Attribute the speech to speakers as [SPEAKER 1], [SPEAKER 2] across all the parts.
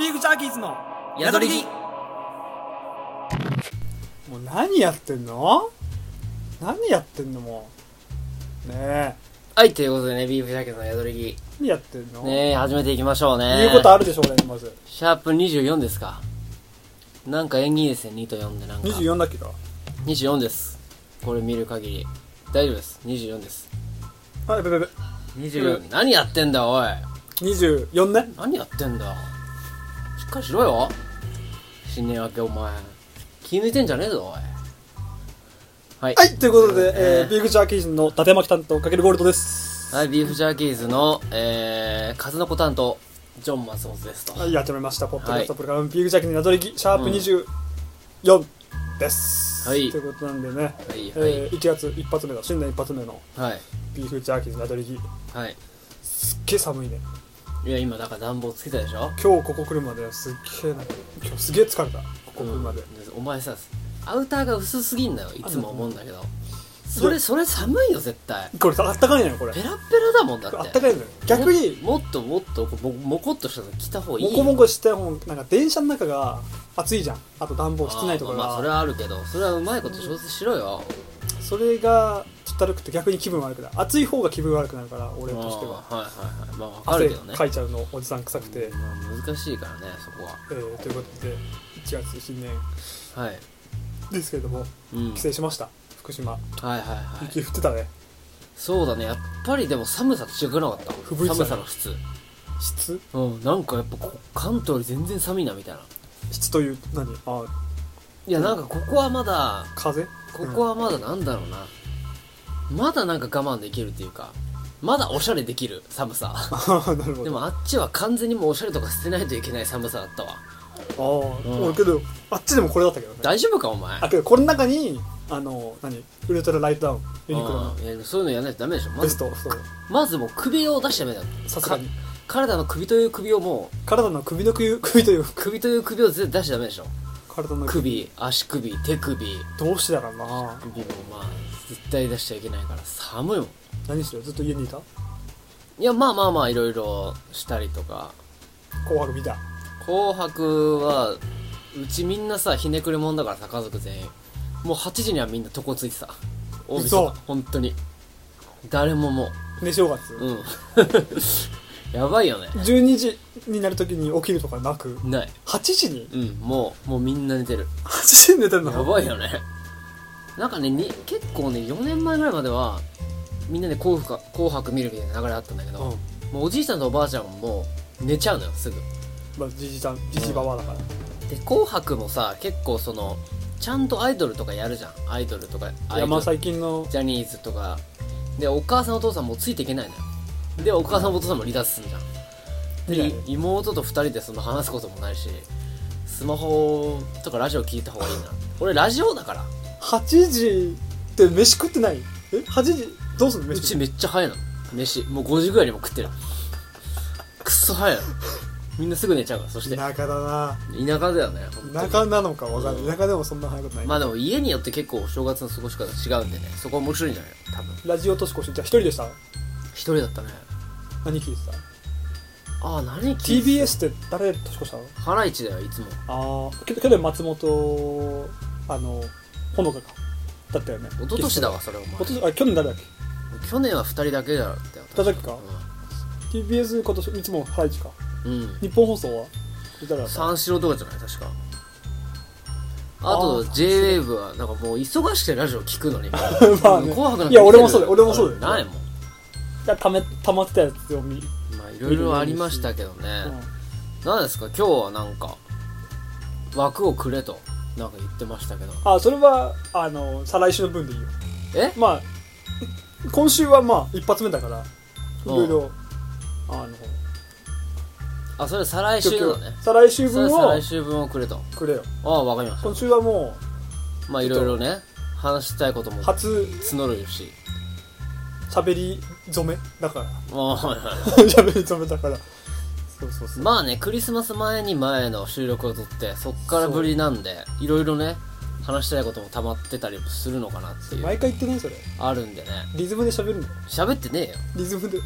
[SPEAKER 1] ビーフジャーキーズの
[SPEAKER 2] 宿り着
[SPEAKER 1] もう何やってんの何やってんのもうねえ
[SPEAKER 2] はい、ということでね、ビーフジャケットの宿り
[SPEAKER 1] 何やってんの、
[SPEAKER 2] 着。ねえ、始めていきましょうね。
[SPEAKER 1] 言うことあるでしょ俺にまず
[SPEAKER 2] シャープ24ですか。なんか縁起いいですね、2と4でなんか。
[SPEAKER 1] 24だっけか
[SPEAKER 2] 24です。これ見る限り。大丈夫です。24です。
[SPEAKER 1] あやべやべや
[SPEAKER 2] 24、何やってんだ、おい。
[SPEAKER 1] べ24ね
[SPEAKER 2] 何やってんだ。しっかりしろよ。新年明け、お前。気抜いてんじゃねえぞ、おい。はい。
[SPEAKER 1] はいということで、え
[SPEAKER 2] え
[SPEAKER 1] ー、ビーフジャーキーズの伊達巻担当かけるゴールドです
[SPEAKER 2] はい、ビーフジャーキーズの、えー、数の子担当、ジョン・松本ですと。
[SPEAKER 1] はいやってまいりましたポッドキャスト
[SPEAKER 2] はい
[SPEAKER 1] プログラム、ビーフジャーキーズの宿り着シャープ24です、
[SPEAKER 2] はい
[SPEAKER 1] ということなんでね、
[SPEAKER 2] はい、
[SPEAKER 1] え
[SPEAKER 2] はい
[SPEAKER 1] ー、1月一発目だ新年一発目の
[SPEAKER 2] はい。
[SPEAKER 1] ビーフジャーキーズの宿り着
[SPEAKER 2] はい。
[SPEAKER 1] すっげえ寒いね
[SPEAKER 2] いや、今、だから暖房つけたでしょ
[SPEAKER 1] 今日ここ来るまですっげえなんか今日すげえ疲れたここ来るまで、
[SPEAKER 2] うんお前さ、アウターが薄すぎんだよ。いつも思うんだけど。そ
[SPEAKER 1] いや
[SPEAKER 2] れ、それ寒いよ、絶対。
[SPEAKER 1] これさあったかいのよこれ
[SPEAKER 2] ペラッペラだもんだ
[SPEAKER 1] あ
[SPEAKER 2] っ
[SPEAKER 1] った
[SPEAKER 2] て。
[SPEAKER 1] かいのよ逆に
[SPEAKER 2] もっともっと、ももこっとしたの着た方がいい
[SPEAKER 1] モ
[SPEAKER 2] よ。
[SPEAKER 1] コモコしてもうなんか電車の中が暑いじゃんあと暖房室内とか
[SPEAKER 2] あーまあまあ、それ
[SPEAKER 1] が
[SPEAKER 2] はあるけど、それはうまいこと調整しろよ。
[SPEAKER 1] それがちょっと悪くて逆に気分悪くなる暑い方が気分悪くなるから俺
[SPEAKER 2] あー
[SPEAKER 1] としては
[SPEAKER 2] はいはいはい。まあ、わか
[SPEAKER 1] 汗
[SPEAKER 2] るけどね。
[SPEAKER 1] かいちゃうのおじさん臭くて、
[SPEAKER 2] まあ難しいからね、そこ
[SPEAKER 1] えーということで1月新年
[SPEAKER 2] は。はい。
[SPEAKER 1] ですけれども
[SPEAKER 2] うん。
[SPEAKER 1] 帰省しました福島
[SPEAKER 2] はいはいはい。
[SPEAKER 1] 雪降ってたね
[SPEAKER 2] そうだね、やっぱりでも寒さと違くなかった。
[SPEAKER 1] 吹雪いてたね
[SPEAKER 2] 寒さの質。
[SPEAKER 1] 質
[SPEAKER 2] うん、なんかやっぱここ関東より全然寒いなみたいな。
[SPEAKER 1] 質という何あ
[SPEAKER 2] いや、なんかここはまだ、
[SPEAKER 1] 風
[SPEAKER 2] ここはまだなんだろうな。まだなんか我慢できるっていうか、まだおしゃれできる寒さ。
[SPEAKER 1] は なるほど
[SPEAKER 2] でもあっちは完全にもうおしゃれとか捨てないといけない寒さだったわ。
[SPEAKER 1] ああ、
[SPEAKER 2] うん
[SPEAKER 1] 俺けどあっちでもこれだったけどね
[SPEAKER 2] 大丈夫かお前。
[SPEAKER 1] あけどこの中にあの何ウルトラライトダウンユニクロの
[SPEAKER 2] うんいやそういうのやらないとダメでしょ。ま
[SPEAKER 1] ベ
[SPEAKER 2] ず
[SPEAKER 1] ス、トそう
[SPEAKER 2] まずもう首を出しちゃダメだよ。
[SPEAKER 1] さすがに
[SPEAKER 2] か体の首という首をもう、
[SPEAKER 1] 体の首の首首という
[SPEAKER 2] 首という首を絶対出しちゃダメでしょ。
[SPEAKER 1] 体の
[SPEAKER 2] 首、足首、手首。
[SPEAKER 1] どうしてだろうな
[SPEAKER 2] 首もまあ絶対出しちゃいけないから寒いもん
[SPEAKER 1] 何してるずっと家にいた
[SPEAKER 2] いやまあまあまあいろいろしたりとか
[SPEAKER 1] 紅白見た
[SPEAKER 2] 「紅白は」うちみんなさひねくれもんだからさ家族全員もう8時にはみんな床ついてた大晦
[SPEAKER 1] 嘘
[SPEAKER 2] 日本当に誰もも
[SPEAKER 1] で正月、
[SPEAKER 2] ううん やばいよね
[SPEAKER 1] 12時になるときに起きるとかなく
[SPEAKER 2] ない
[SPEAKER 1] 8時に
[SPEAKER 2] うんもうもうみんな寝てる
[SPEAKER 1] 8時に寝てるの
[SPEAKER 2] やばいよねなんかねに結構ね4年前ぐらいまではみんなで紅白か紅白見るみたいな流れあったんだけど、
[SPEAKER 1] うん
[SPEAKER 2] もうおじいちゃんとおばあちゃんも寝ちゃうのよすぐ
[SPEAKER 1] まあじじさんじじばばだから、
[SPEAKER 2] で「紅白」もさ結構そのちゃんとアイドルとかやるじゃんアイドルとかア
[SPEAKER 1] いや
[SPEAKER 2] イド
[SPEAKER 1] まあ
[SPEAKER 2] ル
[SPEAKER 1] 最近の
[SPEAKER 2] ジャニーズとかでお母さんお父さんもついていけないのよでお母さんお父さんも離脱すんじゃん
[SPEAKER 1] 見
[SPEAKER 2] で
[SPEAKER 1] ない
[SPEAKER 2] い妹と2人でその話すこともないしスマホとかラジオ聞いた方がいいな俺ラジオだから
[SPEAKER 1] 8時って飯食ってないえ8時どうすんの
[SPEAKER 2] う
[SPEAKER 1] 飯
[SPEAKER 2] ち
[SPEAKER 1] 食って
[SPEAKER 2] めっちゃ早いの飯もう5時ぐらいにも食ってるくっそ早いのみんなすぐ寝ちゃうからそして田
[SPEAKER 1] 田舎だな
[SPEAKER 2] 舎だよね本当に
[SPEAKER 1] 田舎なのかわかんない、
[SPEAKER 2] うん
[SPEAKER 1] 田舎でもそんな早いことない、
[SPEAKER 2] まあでも家によって結構お正月の過ごし方違うんでねそこは面白いんじゃないの多分
[SPEAKER 1] ラジオ年越しじゃあ一人でした
[SPEAKER 2] 一人だったね
[SPEAKER 1] 何聞いてた
[SPEAKER 2] ああ何聞いて
[SPEAKER 1] TBS って誰年越したの
[SPEAKER 2] ハライチだよいつも
[SPEAKER 1] ああ去去年松本あのほのかかだったよね
[SPEAKER 2] 一昨年だわそれお前
[SPEAKER 1] 一昨年あ去年誰だっけ
[SPEAKER 2] 去年は二人だけだったよ
[SPEAKER 1] 誰だっけか TBS 今年いつもハライチか
[SPEAKER 2] うん、うん
[SPEAKER 1] 日本放送は誰だった
[SPEAKER 2] 三四郎とかじゃない確かあ
[SPEAKER 1] あ
[SPEAKER 2] と
[SPEAKER 1] ー
[SPEAKER 2] JWAVE はなんかもう忙しくてラジオ聞くの に
[SPEAKER 1] まあね
[SPEAKER 2] もう紅白なんか見てる
[SPEAKER 1] いや俺もそうだよ俺もそうだよ
[SPEAKER 2] ないもん
[SPEAKER 1] だため溜まってたやつを見る、
[SPEAKER 2] まあいろいろありましたけどね、
[SPEAKER 1] うん
[SPEAKER 2] なんですか今日はなんか枠をくれとなんか言ってましたけど
[SPEAKER 1] あそれはあの再来週の分でいいよ
[SPEAKER 2] え
[SPEAKER 1] まあ今週はまあ一発目だからい
[SPEAKER 2] うん
[SPEAKER 1] ろいろあの
[SPEAKER 2] あそれ再来週のね
[SPEAKER 1] 再来週
[SPEAKER 2] それ
[SPEAKER 1] 分
[SPEAKER 2] 再
[SPEAKER 1] を
[SPEAKER 2] 来週分をくれと
[SPEAKER 1] くれよ
[SPEAKER 2] ああわかりまし
[SPEAKER 1] 今週はも
[SPEAKER 2] たまあいろいろね話したいことも
[SPEAKER 1] う初
[SPEAKER 2] 募るし
[SPEAKER 1] 喋り初めだ から
[SPEAKER 2] まあはいは
[SPEAKER 1] 喋り初めだからそうそう
[SPEAKER 2] い
[SPEAKER 1] そう
[SPEAKER 2] まあねクリスマス前に前の収録を撮ってそっからぶりなんでいろいろね話したいことも溜まってたりもするのかなっていう
[SPEAKER 1] 毎回言ってないそれ
[SPEAKER 2] あるんでね
[SPEAKER 1] リズムで喋るの
[SPEAKER 2] 喋ってねえよ
[SPEAKER 1] リズムで、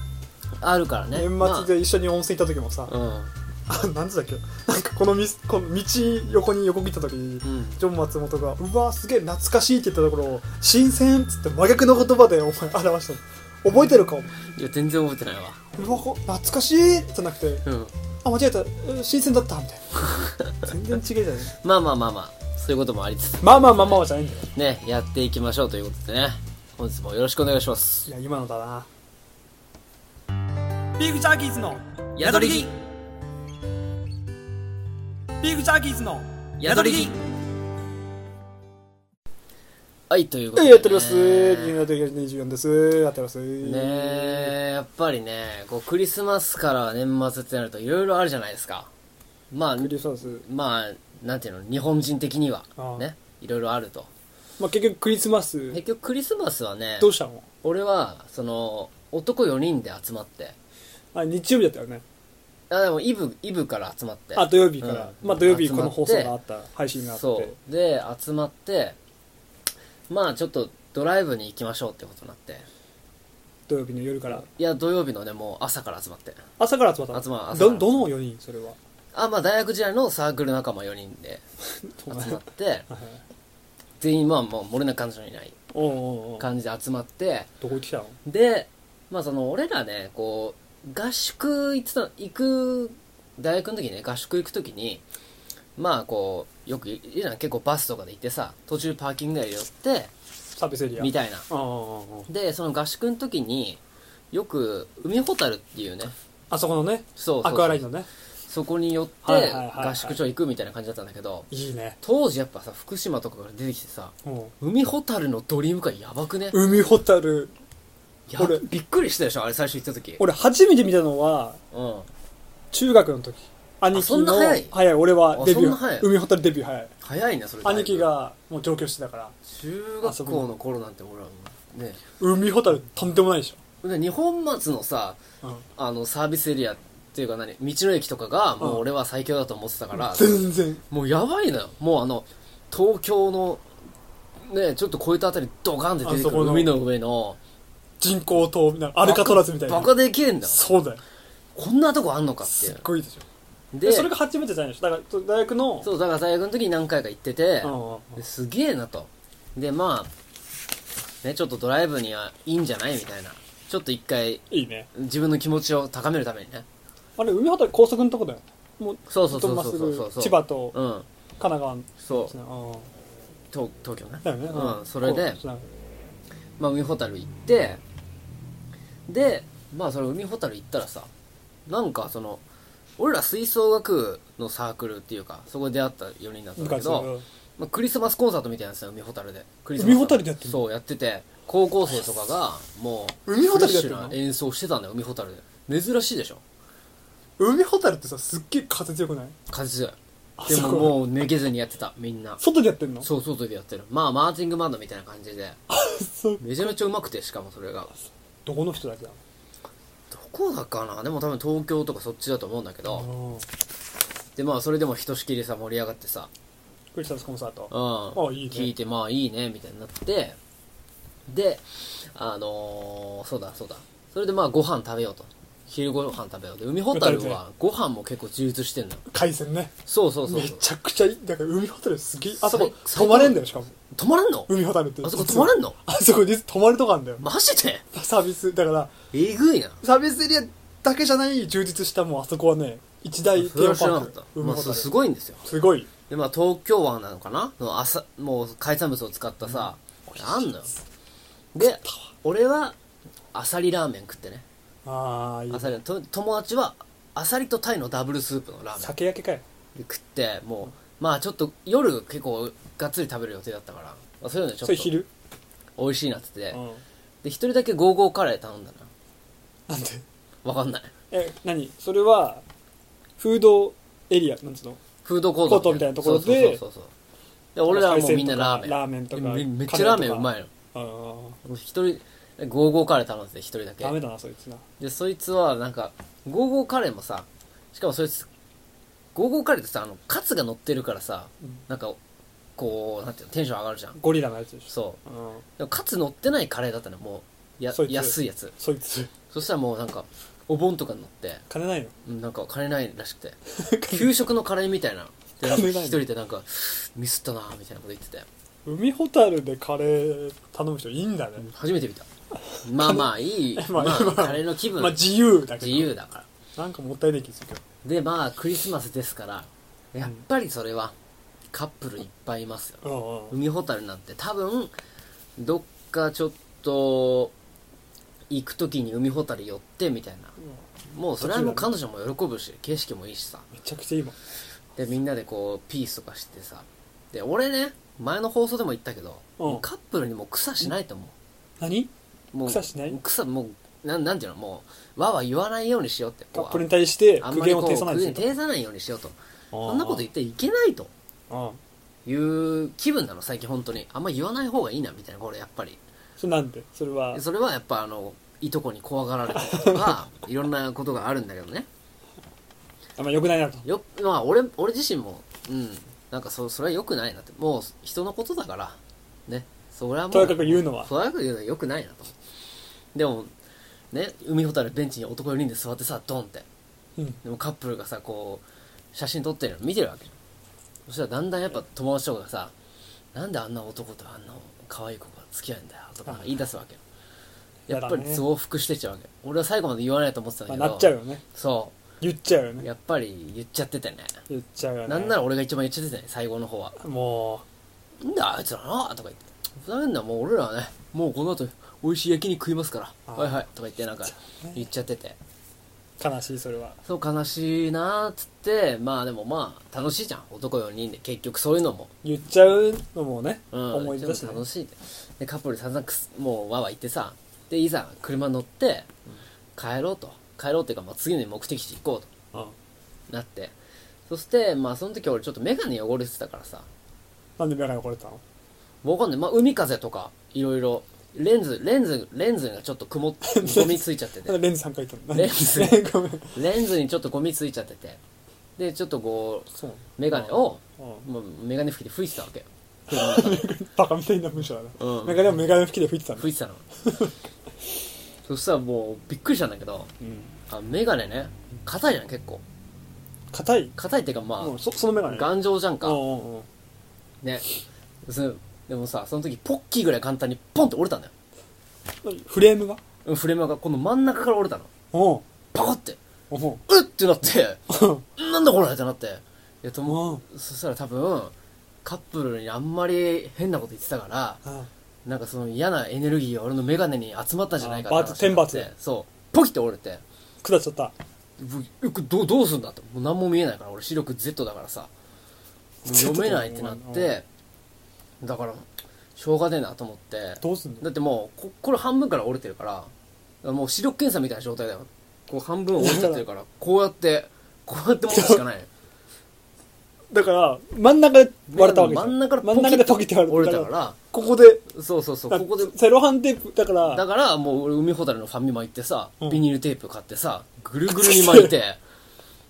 [SPEAKER 2] あるからね
[SPEAKER 1] 年末で一緒に温泉行った時もさ、
[SPEAKER 2] まあうん
[SPEAKER 1] あなんつだっけなんかこのみこの道横に横切った時に
[SPEAKER 2] うん
[SPEAKER 1] ジョン松本が「うわすげえ懐かしい」って言ったところを「新鮮」っつって真逆の言葉でお前表したの覚えてるかお前
[SPEAKER 2] いや全然覚えてないわ
[SPEAKER 1] うわこ懐かしいじゃなくて
[SPEAKER 2] うん
[SPEAKER 1] あ間違えたうん新鮮だったみたいな 全然違えじゃない
[SPEAKER 2] まあまあまあまあそういうこともありつつ
[SPEAKER 1] まあまあまあまあじゃないんだよ
[SPEAKER 2] ねやっていきましょうということでね本日もよろしくお願いします
[SPEAKER 1] いや今のだなビーフジャーキーズの
[SPEAKER 2] やどりぎ
[SPEAKER 1] ビーフジャーキーズの
[SPEAKER 2] やどりぎはいということ
[SPEAKER 1] は
[SPEAKER 2] で、
[SPEAKER 1] いやっております
[SPEAKER 2] ね
[SPEAKER 1] 銀河的24ですやっております
[SPEAKER 2] えやっぱりねこうクリスマスから年末ってなるといろいろあるじゃないですかまあ
[SPEAKER 1] クリスマス
[SPEAKER 2] まあなんていうの日本人的には
[SPEAKER 1] ああ
[SPEAKER 2] ねいろいろあると
[SPEAKER 1] まあ結局クリスマス
[SPEAKER 2] 結局クリスマスはね
[SPEAKER 1] どうしたの
[SPEAKER 2] 俺はその男4人で集まって
[SPEAKER 1] あ日曜日だったよね
[SPEAKER 2] あでもイブイブから集まって
[SPEAKER 1] あ土曜日から、
[SPEAKER 2] うん
[SPEAKER 1] まあ土曜日
[SPEAKER 2] 集
[SPEAKER 1] こ
[SPEAKER 2] まって
[SPEAKER 1] の放送があった配信があって
[SPEAKER 2] そうで集まってまあちょっとドライブに行きましょうってことになって
[SPEAKER 1] 土曜日の夜から
[SPEAKER 2] いや土曜日のねもう朝から集まって
[SPEAKER 1] 朝から集まったの
[SPEAKER 2] 集まる朝から
[SPEAKER 1] どどの4人それは
[SPEAKER 2] あまあ大学時代のサークル仲間4人で集まって
[SPEAKER 1] はいはい
[SPEAKER 2] 全員まあもう漏れなく感じのいない
[SPEAKER 1] おうおうおうど
[SPEAKER 2] 感じで集まって
[SPEAKER 1] こ行ってきたの
[SPEAKER 2] でまあその俺らねこう合宿行ってた行く大学の時にね合宿行く時にまあこうよくいるじゃん結構バスとかで行ってさ途中パーキング街で寄って
[SPEAKER 1] サービスエリア
[SPEAKER 2] みたいな
[SPEAKER 1] あああああ
[SPEAKER 2] でその合宿の時によく海ホタルっていうね
[SPEAKER 1] ああそこのね
[SPEAKER 2] そうそ
[SPEAKER 1] ア
[SPEAKER 2] う
[SPEAKER 1] クアラインのね
[SPEAKER 2] そこに寄って
[SPEAKER 1] はいはいはいはい
[SPEAKER 2] 合宿所行くみたいな感じだったんだけど
[SPEAKER 1] いいね
[SPEAKER 2] 当時やっぱさ福島とかから出てきてさ
[SPEAKER 1] うん
[SPEAKER 2] 海ホタルのドリームカーやばくね
[SPEAKER 1] 海ホタル
[SPEAKER 2] や
[SPEAKER 1] 俺
[SPEAKER 2] びっくりしたでしょあれ最初行った時
[SPEAKER 1] 俺初めて見たのは
[SPEAKER 2] うん
[SPEAKER 1] 中学の時兄貴
[SPEAKER 2] そんな
[SPEAKER 1] の
[SPEAKER 2] 早い
[SPEAKER 1] 早い俺はデビ
[SPEAKER 2] あそん
[SPEAKER 1] ュ
[SPEAKER 2] な早い
[SPEAKER 1] ー海ホタルデビュー早い
[SPEAKER 2] 早いなそれだいぶ
[SPEAKER 1] 兄貴がもう上京してたから
[SPEAKER 2] 中学校の頃なんて俺はね
[SPEAKER 1] 海ホタルとんでもないでし
[SPEAKER 2] で日本松のさ
[SPEAKER 1] ょ、うん、
[SPEAKER 2] あのサービスエリアっていうか何道の駅とかがもう俺は最強だと思ってたから、
[SPEAKER 1] 全然
[SPEAKER 2] もうやばいのよもうあの東京のねちょっと超えたあたりドカンって出て
[SPEAKER 1] あそ
[SPEAKER 2] く
[SPEAKER 1] こ
[SPEAKER 2] る
[SPEAKER 1] の
[SPEAKER 2] 海の上の
[SPEAKER 1] 人工島みたいなアルカトラスみたいな
[SPEAKER 2] バカでけえんだ
[SPEAKER 1] そうだよ
[SPEAKER 2] こんなとこあんのかってい
[SPEAKER 1] すっ
[SPEAKER 2] う
[SPEAKER 1] ごいでしょ
[SPEAKER 2] で
[SPEAKER 1] でそれが初めてじゃないでしょだからと大学の
[SPEAKER 2] そうだから大学の時に何回か行ってて
[SPEAKER 1] うんうんうん
[SPEAKER 2] ですげえなとでまあねちょっとドライブにはいいんじゃないみたいなちょっと一回
[SPEAKER 1] いいね
[SPEAKER 2] 自分の気持ちを高めるためにね
[SPEAKER 1] あれ海ホタル高速のとこだよもう
[SPEAKER 2] そうそうそう
[SPEAKER 1] ま
[SPEAKER 2] そ
[SPEAKER 1] っ
[SPEAKER 2] う
[SPEAKER 1] す
[SPEAKER 2] そうそうそ
[SPEAKER 1] ぐ
[SPEAKER 2] う
[SPEAKER 1] 千葉と
[SPEAKER 2] うん
[SPEAKER 1] 神奈川の
[SPEAKER 2] そう
[SPEAKER 1] つなうん
[SPEAKER 2] 東東京ね
[SPEAKER 1] だよね
[SPEAKER 2] うんそれで
[SPEAKER 1] こうつながる
[SPEAKER 2] まあ、海ほたる行ってでまあその海ほたる行ったらさなんかその俺ら吹奏楽のサークルっていうかそこで出会った4人だったん
[SPEAKER 1] 部
[SPEAKER 2] だけ
[SPEAKER 1] 活
[SPEAKER 2] ど、
[SPEAKER 1] の
[SPEAKER 2] まあ、クリスマスコンサートみたいなやつだよ海ほたるでクリスマス
[SPEAKER 1] 海ほたるでやってんの
[SPEAKER 2] そうやってて高校生とかがもう
[SPEAKER 1] 海ほたるでやってんの
[SPEAKER 2] フレッシュな演奏してたんだよ海ほたるで珍しいでしょ
[SPEAKER 1] 海ホタルってさすっげえ風強くない
[SPEAKER 2] 感じだよ
[SPEAKER 1] あ
[SPEAKER 2] で
[SPEAKER 1] そ
[SPEAKER 2] も
[SPEAKER 1] こ
[SPEAKER 2] もうめげずにやってたみんな
[SPEAKER 1] 外でやってんの
[SPEAKER 2] そう外でやってるまあマーチングバンドみたいな感じで
[SPEAKER 1] そう
[SPEAKER 2] めちゃめちゃうまくてしかもそれが
[SPEAKER 1] どこの人だっけだ
[SPEAKER 2] どこだかなでも多分東京とかそっちだと思うんだけど、
[SPEAKER 1] うん
[SPEAKER 2] でまあそれでもひとしきりさ盛り上がってさ、
[SPEAKER 1] クリスマスコンサート
[SPEAKER 2] うん、
[SPEAKER 1] あいいね
[SPEAKER 2] 聞いてまあいいねみたいになってであのーそうだそうだそれでまあご飯食べようと昼ご飯食べようで海ほたるはご飯も結構充実してんのよ
[SPEAKER 1] 海鮮ね
[SPEAKER 2] そうそうそう
[SPEAKER 1] めちゃくちゃいいだから海ホタルすげえあそこ
[SPEAKER 2] 最
[SPEAKER 1] 泊まれんだよしかも
[SPEAKER 2] 泊まれんの
[SPEAKER 1] 海ホタルって
[SPEAKER 2] あそこ泊まれんの
[SPEAKER 1] あそこ実は泊まるとこあんだよ
[SPEAKER 2] マジで
[SPEAKER 1] サービスだから
[SPEAKER 2] えぐいな
[SPEAKER 1] サービスエリアだけじゃない充実したもうあそこはね一大テ
[SPEAKER 2] それ
[SPEAKER 1] ーマ
[SPEAKER 2] は知ら
[SPEAKER 1] パ
[SPEAKER 2] な
[SPEAKER 1] ー
[SPEAKER 2] かっ
[SPEAKER 1] ク
[SPEAKER 2] た、
[SPEAKER 1] 海
[SPEAKER 2] まあ、
[SPEAKER 1] ホタ
[SPEAKER 2] そう
[SPEAKER 1] ル
[SPEAKER 2] す
[SPEAKER 1] す
[SPEAKER 2] ごいんですよ
[SPEAKER 1] ごい
[SPEAKER 2] でまあ東京湾なのかなの朝もう海産物を使ったさ、あんのよで俺はアサリラーメン食ってね
[SPEAKER 1] ああいい
[SPEAKER 2] アサリと友達はアサリとタイのダブルスープのラーメン
[SPEAKER 1] 酒焼けかよ
[SPEAKER 2] 食ってもうまあちょっと夜結構がっつり食べる予定だったから、まあ、そういうのちょっ
[SPEAKER 1] そ
[SPEAKER 2] と
[SPEAKER 1] れ昼
[SPEAKER 2] 美味しいなって言って
[SPEAKER 1] う
[SPEAKER 2] て
[SPEAKER 1] ん
[SPEAKER 2] で一人だけゴーゴーカレー頼んだ
[SPEAKER 1] なんで
[SPEAKER 2] なわかんない
[SPEAKER 1] え何それはフードエリアなんつうの
[SPEAKER 2] フードコー
[SPEAKER 1] コー
[SPEAKER 2] ト
[SPEAKER 1] トみたいなところで
[SPEAKER 2] そうそうそうそうで俺らはもうみんなラーメン
[SPEAKER 1] ラーメンとか
[SPEAKER 2] めめっちゃラーメンうまいの
[SPEAKER 1] あー
[SPEAKER 2] 一人ゴーゴーカレー頼んでて一人だけ
[SPEAKER 1] ダメだなそいつな
[SPEAKER 2] でそいつはなんかゴーゴーカレーもさしかもそいつゴーゴーカレーってさあのカツが乗ってるからさ、
[SPEAKER 1] うん
[SPEAKER 2] なんかこうなんていうのテンション上がるじゃん
[SPEAKER 1] ゴリラのやつでし
[SPEAKER 2] そ
[SPEAKER 1] ょうん
[SPEAKER 2] うでもカツ乗ってないカレーだったのもうや
[SPEAKER 1] そいつ
[SPEAKER 2] 安いやつ
[SPEAKER 1] そいつ
[SPEAKER 2] そしたらもうなんかお盆とかになって
[SPEAKER 1] 金ないの
[SPEAKER 2] うんなんか金ないらし くて給食のカレーみたいなでなんか
[SPEAKER 1] 金ないの
[SPEAKER 2] 一人でなんかミスったなみたいなこと言ってて
[SPEAKER 1] 海ほたるでカレー頼む人いいんだね、
[SPEAKER 2] 初めて見たまあまあいい
[SPEAKER 1] ま
[SPEAKER 2] ま
[SPEAKER 1] あ
[SPEAKER 2] あ
[SPEAKER 1] まあ
[SPEAKER 2] カレーの気分
[SPEAKER 1] まあ自由だけど
[SPEAKER 2] 自由だから
[SPEAKER 1] なんかもったいない気するけど
[SPEAKER 2] でまあクリスマスですからやっぱりそれはカップルいっぱいいますよ、
[SPEAKER 1] うんうん
[SPEAKER 2] 海ほたるなんて多分どっかちょっと行く時に海ほたる寄ってみたいなもうそれはもう彼女も喜ぶし景色もいいしさ
[SPEAKER 1] めちゃくちゃ今
[SPEAKER 2] でみんなでこうピースとかしてさで俺ね前の放送でも言ったけど、
[SPEAKER 1] うん
[SPEAKER 2] もうカップルにもう草しないと思
[SPEAKER 1] 何
[SPEAKER 2] うもう
[SPEAKER 1] 草しない
[SPEAKER 2] 草もうなんなんていうのもうわは言わないようにしようって
[SPEAKER 1] カ
[SPEAKER 2] こう
[SPEAKER 1] ップルに対して
[SPEAKER 2] あ
[SPEAKER 1] 苦
[SPEAKER 2] んまり
[SPEAKER 1] 言
[SPEAKER 2] こ
[SPEAKER 1] を
[SPEAKER 2] う
[SPEAKER 1] 呈さない
[SPEAKER 2] 苦言
[SPEAKER 1] で
[SPEAKER 2] を
[SPEAKER 1] すよ
[SPEAKER 2] 呈さないようにしようと
[SPEAKER 1] そ
[SPEAKER 2] そんなこと言っていけないと
[SPEAKER 1] うん
[SPEAKER 2] いう気分なの最近本当にあんま言わない方がいいなみたいなこれやっぱり
[SPEAKER 1] それなんでそれは
[SPEAKER 2] それはやっぱあのいとこに怖がられたりと かいろんなことがあるんだけどね
[SPEAKER 1] あんま良くないなと
[SPEAKER 2] よまあ俺俺自身もうんなんかそそれは良くないなってもう人のことだからねそれはもう
[SPEAKER 1] とやかく言うのは
[SPEAKER 2] とやかく言うのは良くないなとでもね海ほたるベンチに男4人で座ってさドンって
[SPEAKER 1] うん
[SPEAKER 2] でもカップルがさこう写真撮ってるの見てるわけじゃんそしたらだんだんやっぱ友達とかがさなんであんな男とあんな可愛い子が付き合うんだよとか言い出すわけよやっぱ
[SPEAKER 1] や
[SPEAKER 2] り
[SPEAKER 1] だね
[SPEAKER 2] 増幅してっちゃうわけよ俺は最後まで言わないと思ってたんだ
[SPEAKER 1] まあ
[SPEAKER 2] けど、
[SPEAKER 1] なっちゃうよね
[SPEAKER 2] そ
[SPEAKER 1] 言っちゃうよ
[SPEAKER 2] う
[SPEAKER 1] ね
[SPEAKER 2] やっぱり言っちゃってたね
[SPEAKER 1] 言っちゃうよね
[SPEAKER 2] なんなら俺が一番言っちゃってたね最後の方は
[SPEAKER 1] も
[SPEAKER 2] 「なんだあいつらな」とか言って「ふざけんなもう俺らはねもうこの後美味しい焼き肉食いますか
[SPEAKER 1] あ
[SPEAKER 2] ら
[SPEAKER 1] ー
[SPEAKER 2] はいはい」とか言ってなんか
[SPEAKER 1] うね
[SPEAKER 2] 言っちゃってて
[SPEAKER 1] 悲しいそれは
[SPEAKER 2] そう悲しいなーっつってまあでもまあ楽しいじゃん男4人で結局そういうのも、
[SPEAKER 1] 言っちゃうのもね
[SPEAKER 2] うん、
[SPEAKER 1] 思い出し
[SPEAKER 2] ち
[SPEAKER 1] て
[SPEAKER 2] ょっ
[SPEAKER 1] ね
[SPEAKER 2] と楽しいでカップルで散々くすもうわわ言ってさでいざ車乗って帰ろうと帰ろうっていうか、まあ、次の目的地行こう
[SPEAKER 1] うん
[SPEAKER 2] となってそしてまあその時俺ちょっと眼鏡汚れてたからさ
[SPEAKER 1] なんで目が汚れたの
[SPEAKER 2] わかんない、まあ、海風とかいろいろレンズレンズレンズがちょっと曇っゴミついちゃってて
[SPEAKER 1] なんでレンズ3回言ったの
[SPEAKER 2] レンズ
[SPEAKER 1] ごめん
[SPEAKER 2] レンズにちょっとゴミついちゃっててでちょっとこう
[SPEAKER 1] そう
[SPEAKER 2] 眼鏡を
[SPEAKER 1] う
[SPEAKER 2] もう眼鏡拭きで拭いてたわけよ
[SPEAKER 1] んバカみたいな文章だね
[SPEAKER 2] うん
[SPEAKER 1] メガネをメガネ拭きで拭いてたの
[SPEAKER 2] 拭いてたの そしたらもうびっくりしたんだけど
[SPEAKER 1] うん
[SPEAKER 2] あ眼鏡ね硬いじゃん結構
[SPEAKER 1] 硬い
[SPEAKER 2] 硬いっていうかま
[SPEAKER 1] うん
[SPEAKER 2] あ
[SPEAKER 1] そそのメガネ
[SPEAKER 2] 頑丈じゃんか
[SPEAKER 1] うんうんうん
[SPEAKER 2] ねそうでもさその時ポッキーぐらい簡単にポンって折れたんだよ
[SPEAKER 1] フレームが
[SPEAKER 2] うんフレームがこの真ん中から折れたの
[SPEAKER 1] うん
[SPEAKER 2] パコって
[SPEAKER 1] うん
[SPEAKER 2] うっってなって
[SPEAKER 1] うん
[SPEAKER 2] なんだこれってなっていやとも
[SPEAKER 1] うん
[SPEAKER 2] そしたら多分カップルにあんまり変なこと言ってたからなんかその嫌なエネルギーが俺の眼鏡に集まったんじゃないかって
[SPEAKER 1] あバーツ
[SPEAKER 2] 話になって
[SPEAKER 1] 天罰
[SPEAKER 2] そうポキって折れて
[SPEAKER 1] 下っちゃった
[SPEAKER 2] うえこれどうどうすんだってもう何も見えないから俺視力 Z だからさもう
[SPEAKER 1] Z
[SPEAKER 2] 読めないってなってだからしょうがねえなと思って
[SPEAKER 1] どうすんの
[SPEAKER 2] だってもうここれ半分から折れてるからもう視力検査みたいな状態だよこう半分折れちゃって るからこうやってこうやって持つしかない
[SPEAKER 1] だから真ん中で割れたわけじゃん
[SPEAKER 2] 真ん中から
[SPEAKER 1] 真ん中でポキって割
[SPEAKER 2] 折
[SPEAKER 1] れ
[SPEAKER 2] れ
[SPEAKER 1] た
[SPEAKER 2] たから
[SPEAKER 1] ここで
[SPEAKER 2] そうそうそう
[SPEAKER 1] だ
[SPEAKER 2] ここで
[SPEAKER 1] セロハンテープだから
[SPEAKER 2] だからもう俺海ほたるのファミマ行ってさ、
[SPEAKER 1] うん
[SPEAKER 2] ビニールテープ買ってさぐるぐるに巻い て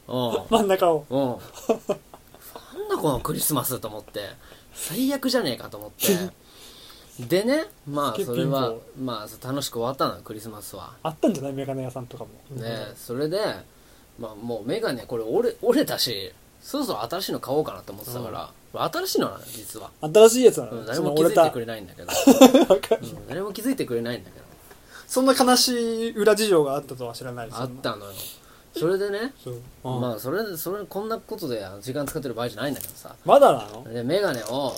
[SPEAKER 2] うんうん
[SPEAKER 1] 真ん中を
[SPEAKER 2] なんだこのクリスマスと思って最悪じゃねえかと 思ってでねまあそれは
[SPEAKER 1] スケ
[SPEAKER 2] まあそう楽しく終わったのよクリスマスは
[SPEAKER 1] あったんじゃないメガネ屋さんとかも
[SPEAKER 2] ね、それで、まあ、もう眼鏡これ折れ折れたしそろそろ新しいの買おうかなと思ってたから、新しいのなのよ実は、
[SPEAKER 1] 新しいやつな
[SPEAKER 2] うん
[SPEAKER 1] の
[SPEAKER 2] 誰
[SPEAKER 1] そ
[SPEAKER 2] も
[SPEAKER 1] の
[SPEAKER 2] 気
[SPEAKER 1] 折れ
[SPEAKER 2] づいて
[SPEAKER 1] た
[SPEAKER 2] くれないん だけど
[SPEAKER 1] わかる
[SPEAKER 2] うん誰も気づいてくれないんだけど
[SPEAKER 1] そんな悲しい裏事情があったとは知らないです
[SPEAKER 2] あったのよそれでね
[SPEAKER 1] そううん
[SPEAKER 2] まあそれそれこんなことであの時間使ってる場合じゃないんだけどさ
[SPEAKER 1] まだなの
[SPEAKER 2] で眼鏡を